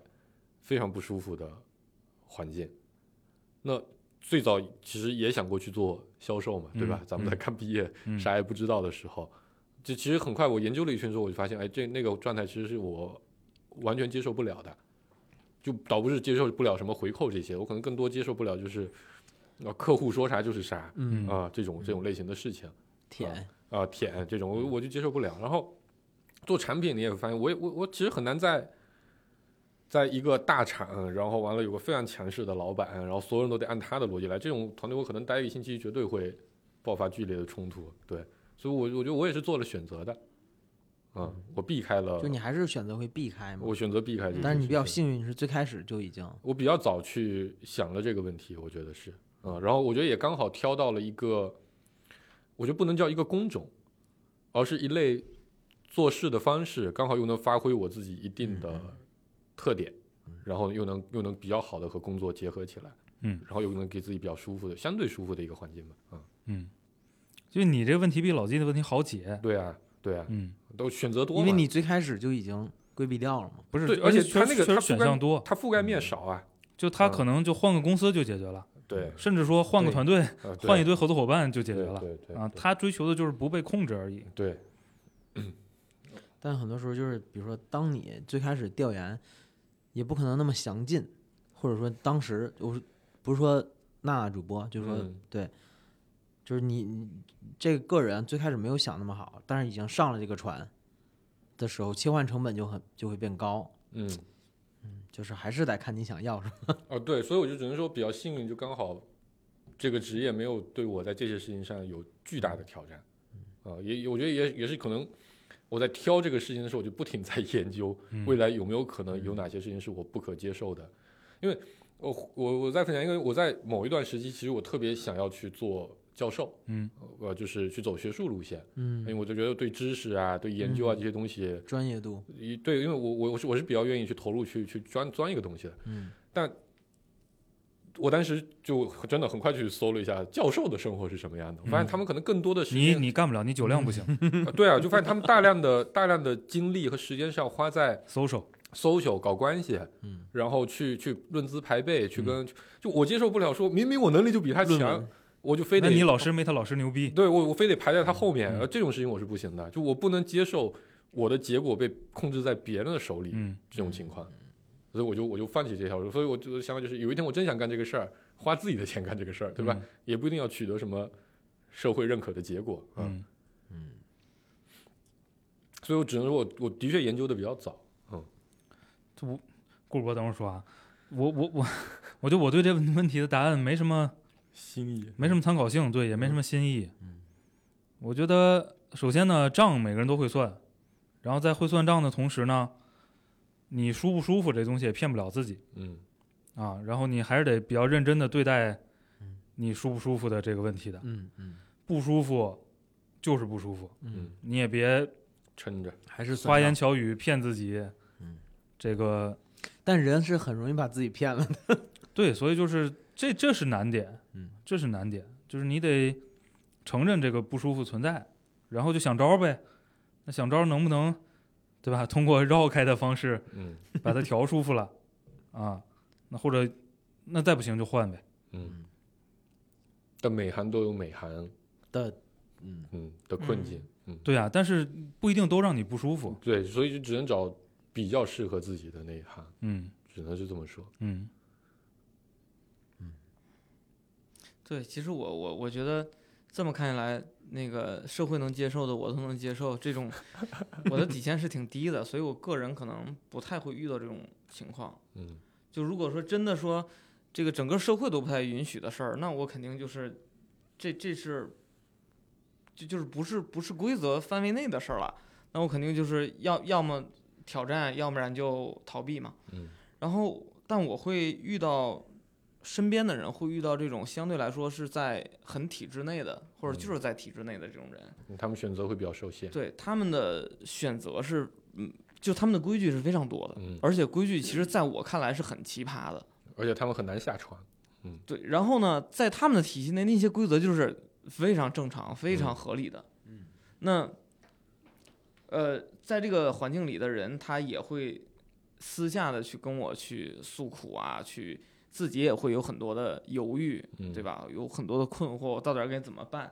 Speaker 4: 非常不舒服的环境。那最早其实也想过去做销售嘛，对吧？
Speaker 3: 嗯
Speaker 4: 咱们在刚毕业、
Speaker 3: 嗯
Speaker 4: 啥也不知道的时候，这其实很快我研究了一圈之后，我就发现，哎，这那个状态其实是我完全接受不了的，就倒不是接受不了什么回扣这些，我可能更多接受不了就是，呃，客户说啥就是啥啊、
Speaker 5: 嗯，
Speaker 4: 这种这种类型的事情。
Speaker 5: 舔，
Speaker 4: 啊、舔这种，我
Speaker 5: 嗯
Speaker 4: 我就接受不了。然后做产品，你也会发现，我也我我其实很难在在一个大厂，然后完了有个非常强势的老板，然后所有人都得按他的逻辑来，这种团队我可能待一个星期，绝对会爆发剧烈的冲突。对，所以我我觉得我也是做了选择的，嗯，我避开了
Speaker 5: 啊就，你还是选择会避开嘛
Speaker 4: 我。选择避开这些事情，
Speaker 5: 嗯但是你比较幸运，是最开始就已经
Speaker 4: 我比较早去想了这个问题，我觉得是，嗯，然后我觉得也刚好挑到了一个，我觉得不能叫一个工种，而是一类做事的方式，刚好又能发挥我自己一
Speaker 3: 嗯
Speaker 4: 定的特点，然后又能又能比较好的和工作结合起来，
Speaker 3: 嗯，
Speaker 4: 然后又能给自己比较舒服的、相对舒服的一个环境吧，嗯，
Speaker 3: 嗯，就你这个问题比老金的问题好解。
Speaker 4: 对啊，对啊，
Speaker 3: 嗯，
Speaker 4: 都选择多嘛，
Speaker 5: 因为你最开始就已经规避掉了嘛。
Speaker 3: 不是，
Speaker 4: 对而且
Speaker 3: 确
Speaker 4: 他那个
Speaker 3: 确实
Speaker 4: 他覆
Speaker 3: 选
Speaker 4: 盖
Speaker 3: 项多，嗯
Speaker 4: 它覆盖面少啊，
Speaker 3: 就他
Speaker 4: 嗯
Speaker 3: 可能就换个公司就解决了，
Speaker 4: 对，
Speaker 3: 甚至说换个
Speaker 4: 对
Speaker 3: 团队、
Speaker 4: 呃
Speaker 3: 嗯
Speaker 4: 对
Speaker 3: 换一堆合作伙伴就解决
Speaker 4: 对
Speaker 3: 了
Speaker 4: 对对
Speaker 3: 啊。
Speaker 4: 对
Speaker 3: 他追求的就是不被控制而已。
Speaker 4: 对
Speaker 5: 但很多时候就是，比如说，当你最开始调研，也不可能那么详尽，或者说当时我是不是说娜娜主播，就是说、
Speaker 4: 嗯
Speaker 5: 对，就是你你这个个人最开始没有想那么好，但是已经上了这个船的时候，切换成本就很就会变高，
Speaker 4: 嗯。
Speaker 5: 就是还是得看你想要什么。
Speaker 4: 啊，对，所以我就只能说比较幸运，就刚好这个职业没有对我在这些事情上有巨大的挑战，啊、也我觉得也也是可能我在挑这个事情的时候，我就不停在研究未来有没有可能有哪些事情是我不可接受的，因为我我我在分享，因为我在某一段时期，其实我特别想要去做教授，
Speaker 3: 嗯，
Speaker 4: 呃，就是去走学术路线，因为
Speaker 5: 嗯，
Speaker 4: 我就觉得对知识啊、对研究啊这些东西，
Speaker 5: 专业度，
Speaker 4: 一对，因为我我我是我是比较愿意去投入去去钻钻一个东西的，
Speaker 5: 嗯，
Speaker 4: 但我当时就真的很快去搜了一下教授的生活是什么样的，我发现他们可能更多的时
Speaker 3: 嗯你
Speaker 4: 间，
Speaker 3: 你干不了，你酒量不行
Speaker 4: 呃对啊，就发现他们大量的大量的精力和时间是要花在
Speaker 3: ，social。
Speaker 4: social 搞关系，
Speaker 5: 嗯，
Speaker 4: 然后去去论资排辈，
Speaker 3: 嗯
Speaker 4: 去跟、就我接受不了说明明我能力就比他
Speaker 5: 论
Speaker 4: 强
Speaker 5: 文，
Speaker 4: 我就非
Speaker 3: 那
Speaker 4: 得
Speaker 3: 你老师没他老师牛逼。
Speaker 4: 对我，我非得排在他后面，
Speaker 3: 嗯
Speaker 4: 呃，这种事情我是不行的，就我不能接受我的结果被控制在别人的手里，
Speaker 3: 嗯
Speaker 4: 这种情况，所以我就我就放弃这条路。所以我就想法就是，有一天我真想干这个事儿，花自己的钱干这个事儿，对吧？
Speaker 3: 嗯
Speaker 4: 也不一定要取得什么社会认可的结果，啊
Speaker 3: 嗯，
Speaker 4: 所以我只能说我我的确研究的比较早，
Speaker 3: 顾主播等会儿说啊，我我 我，我觉得我对这问问题的答案没什么
Speaker 4: 心意
Speaker 3: 没什么参考性，对，也没什么新意。
Speaker 5: 嗯
Speaker 3: 嗯我觉得首先呢，账每个人都会算，然后在会算账的同时呢，你舒不舒服这东西也骗不了自己。
Speaker 4: 嗯
Speaker 3: 啊，然后你还是得比较认真的对待你舒不舒服的这个问题的，
Speaker 5: 嗯嗯
Speaker 3: 不舒服就是不舒服，
Speaker 5: 嗯，
Speaker 3: 你也别
Speaker 4: 撑着，
Speaker 5: 还是算
Speaker 3: 花
Speaker 5: 账
Speaker 3: 言，巧语骗自己。
Speaker 5: 嗯，
Speaker 3: 这个
Speaker 5: 但人是很容易把自己骗了的。
Speaker 3: 对，所以就是这这是难点，
Speaker 5: 嗯，
Speaker 3: 这是难点，就是你得承认这个不舒服存在，然后就想招呗。那想招能不能，对吧？通过绕开的方式
Speaker 4: 嗯
Speaker 3: 把它调舒服了啊？那或者那再不行就换呗。
Speaker 4: 嗯。但每行都有每行
Speaker 5: 的，嗯，
Speaker 4: 嗯的困境，嗯
Speaker 3: 对啊，但是不一定都让你不舒服。
Speaker 4: 对，所以就只能找比较适合自己的那一行，
Speaker 3: 嗯，
Speaker 4: 只能是这么说。
Speaker 3: 嗯
Speaker 2: 对，其实我我我觉得这么看起来，那个社会能接受的我都能接受，这种 我的底线是挺低的，所以我个人可能不太会遇到这种情况。
Speaker 4: 嗯
Speaker 2: 就如果说真的说这个整个社会都不太允许的事儿，那我肯定就是这这是就就是不是不是规则范围内的事儿了，那我肯定就是要要么挑战，要不然就逃避嘛。
Speaker 4: 嗯
Speaker 2: 然后，但我会遇到身边的人会遇到这种相对来说是在很体制内的，或者就是在体制内的这种人，
Speaker 4: 嗯他们选择会比较受限。
Speaker 2: 对他们的选择是，嗯，就他们的规矩是非常多的，
Speaker 4: 嗯，
Speaker 2: 而且规矩其实在我看来是很奇葩的。
Speaker 4: 而且他们很难下床。
Speaker 2: 对，然后呢，在他们的体系内，那些规则就是非常正常、非常合理的。
Speaker 5: 嗯，
Speaker 2: 那，呃，在这个环境里的人，他也会私下的去跟我去诉苦啊，去自己也会有很多的犹豫，
Speaker 4: 嗯，
Speaker 2: 对？吧？有很多的困惑，我到底儿该怎么办？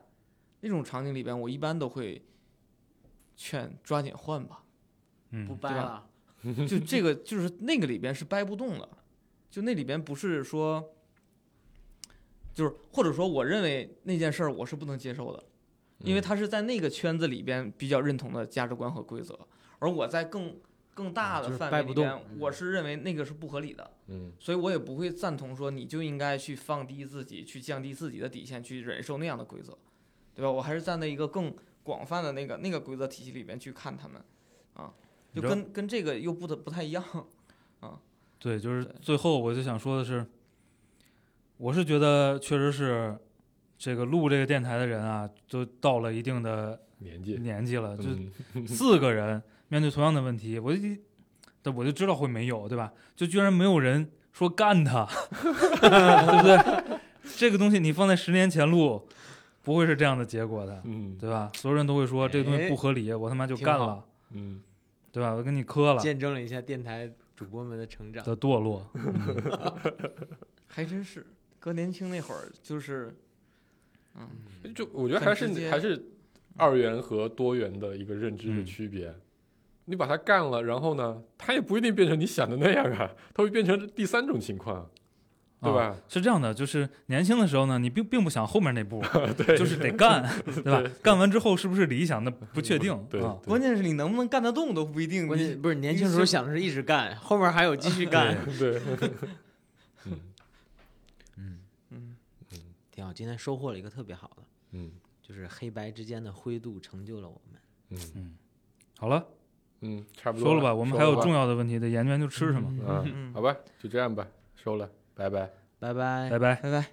Speaker 2: 那种场景里边，我一般都会劝抓紧换吧。
Speaker 5: 不
Speaker 3: 嗯，
Speaker 5: 掰
Speaker 2: 对吧
Speaker 5: 了，
Speaker 2: 就这个就是那个里边是掰不动了，就那里边不是说，就是或者说我认为那件事儿我是不能接受的，因为
Speaker 4: 嗯
Speaker 2: 他是在那个圈子里边比较认同的价值观和规则，而我在更更大
Speaker 5: 啊就
Speaker 2: 的
Speaker 5: 是
Speaker 2: 范
Speaker 5: 掰
Speaker 2: 围
Speaker 5: 不
Speaker 2: 里
Speaker 5: 动
Speaker 2: 边，我是认为那个是不合理的，
Speaker 4: 嗯
Speaker 2: 所以我也不会赞同说你就应该去放低自己，去降低自己的底线，去忍受那样的规则，对吧？我还是站在一个更广泛的那个那个规则体系里面去看他们，啊，就
Speaker 3: 你知道
Speaker 2: 跟跟这个又不得不太一样。
Speaker 3: 对，就是
Speaker 2: 对
Speaker 3: 最后我就想说的是，我是觉得确实是这个录这个电台的人啊，都到了一定的
Speaker 4: 年纪，
Speaker 3: 年纪了，就
Speaker 4: 嗯
Speaker 3: 四个人面对同样的问题，我就一但我就知道会没有，对吧？就居然没有人说干他， 对不对？这个东西你放在十年前录，不会是这样的结果的，
Speaker 4: 嗯
Speaker 3: 对吧？所有人都会说这个东西
Speaker 5: 哎
Speaker 3: 不合理，我他妈就
Speaker 5: 挺
Speaker 3: 干
Speaker 5: 好
Speaker 3: 了，
Speaker 4: 嗯，
Speaker 3: 对吧？我跟你磕了
Speaker 5: 见证了一下电台主播们的成长。
Speaker 3: 的堕落，啊
Speaker 2: 还真是，哥年轻那会儿就是，嗯，
Speaker 4: 就我觉得
Speaker 2: 很
Speaker 4: 还
Speaker 2: 直
Speaker 4: 是
Speaker 2: 接
Speaker 4: 还是二元和多元的一个认知的
Speaker 3: 嗯
Speaker 4: 区别。你把它干了，然后呢，它也不一定变成你想的那样啊，它会变成第三种情况，对
Speaker 3: 啊
Speaker 4: 吧？
Speaker 3: 是这样的，就是年轻的时候呢，你并并不想后面那步，就是得干，对吧？干完之后是不是理想的不确定
Speaker 4: 嗯对
Speaker 3: 啊？
Speaker 2: 关键是你能不能干得动都不一定。
Speaker 5: 关
Speaker 2: 你
Speaker 5: 键不是年轻时候想的是一直干，后面还有继续干，
Speaker 4: 对， 嗯
Speaker 3: 嗯，
Speaker 2: 嗯，
Speaker 4: 嗯
Speaker 5: 挺好。今天收获了一个特别好的，
Speaker 4: 嗯
Speaker 5: 就是黑白之间的灰度成就了我们。
Speaker 4: 嗯
Speaker 3: 好了，
Speaker 4: 嗯，差不多
Speaker 3: 说了吧，我们还有
Speaker 4: 说了吧
Speaker 3: 重要的问题得研究就吃什么，
Speaker 4: 嗯，
Speaker 2: 嗯
Speaker 4: 好吧，就这样吧，收了，拜拜。
Speaker 5: 拜拜
Speaker 3: 拜。拜。
Speaker 2: 拜拜。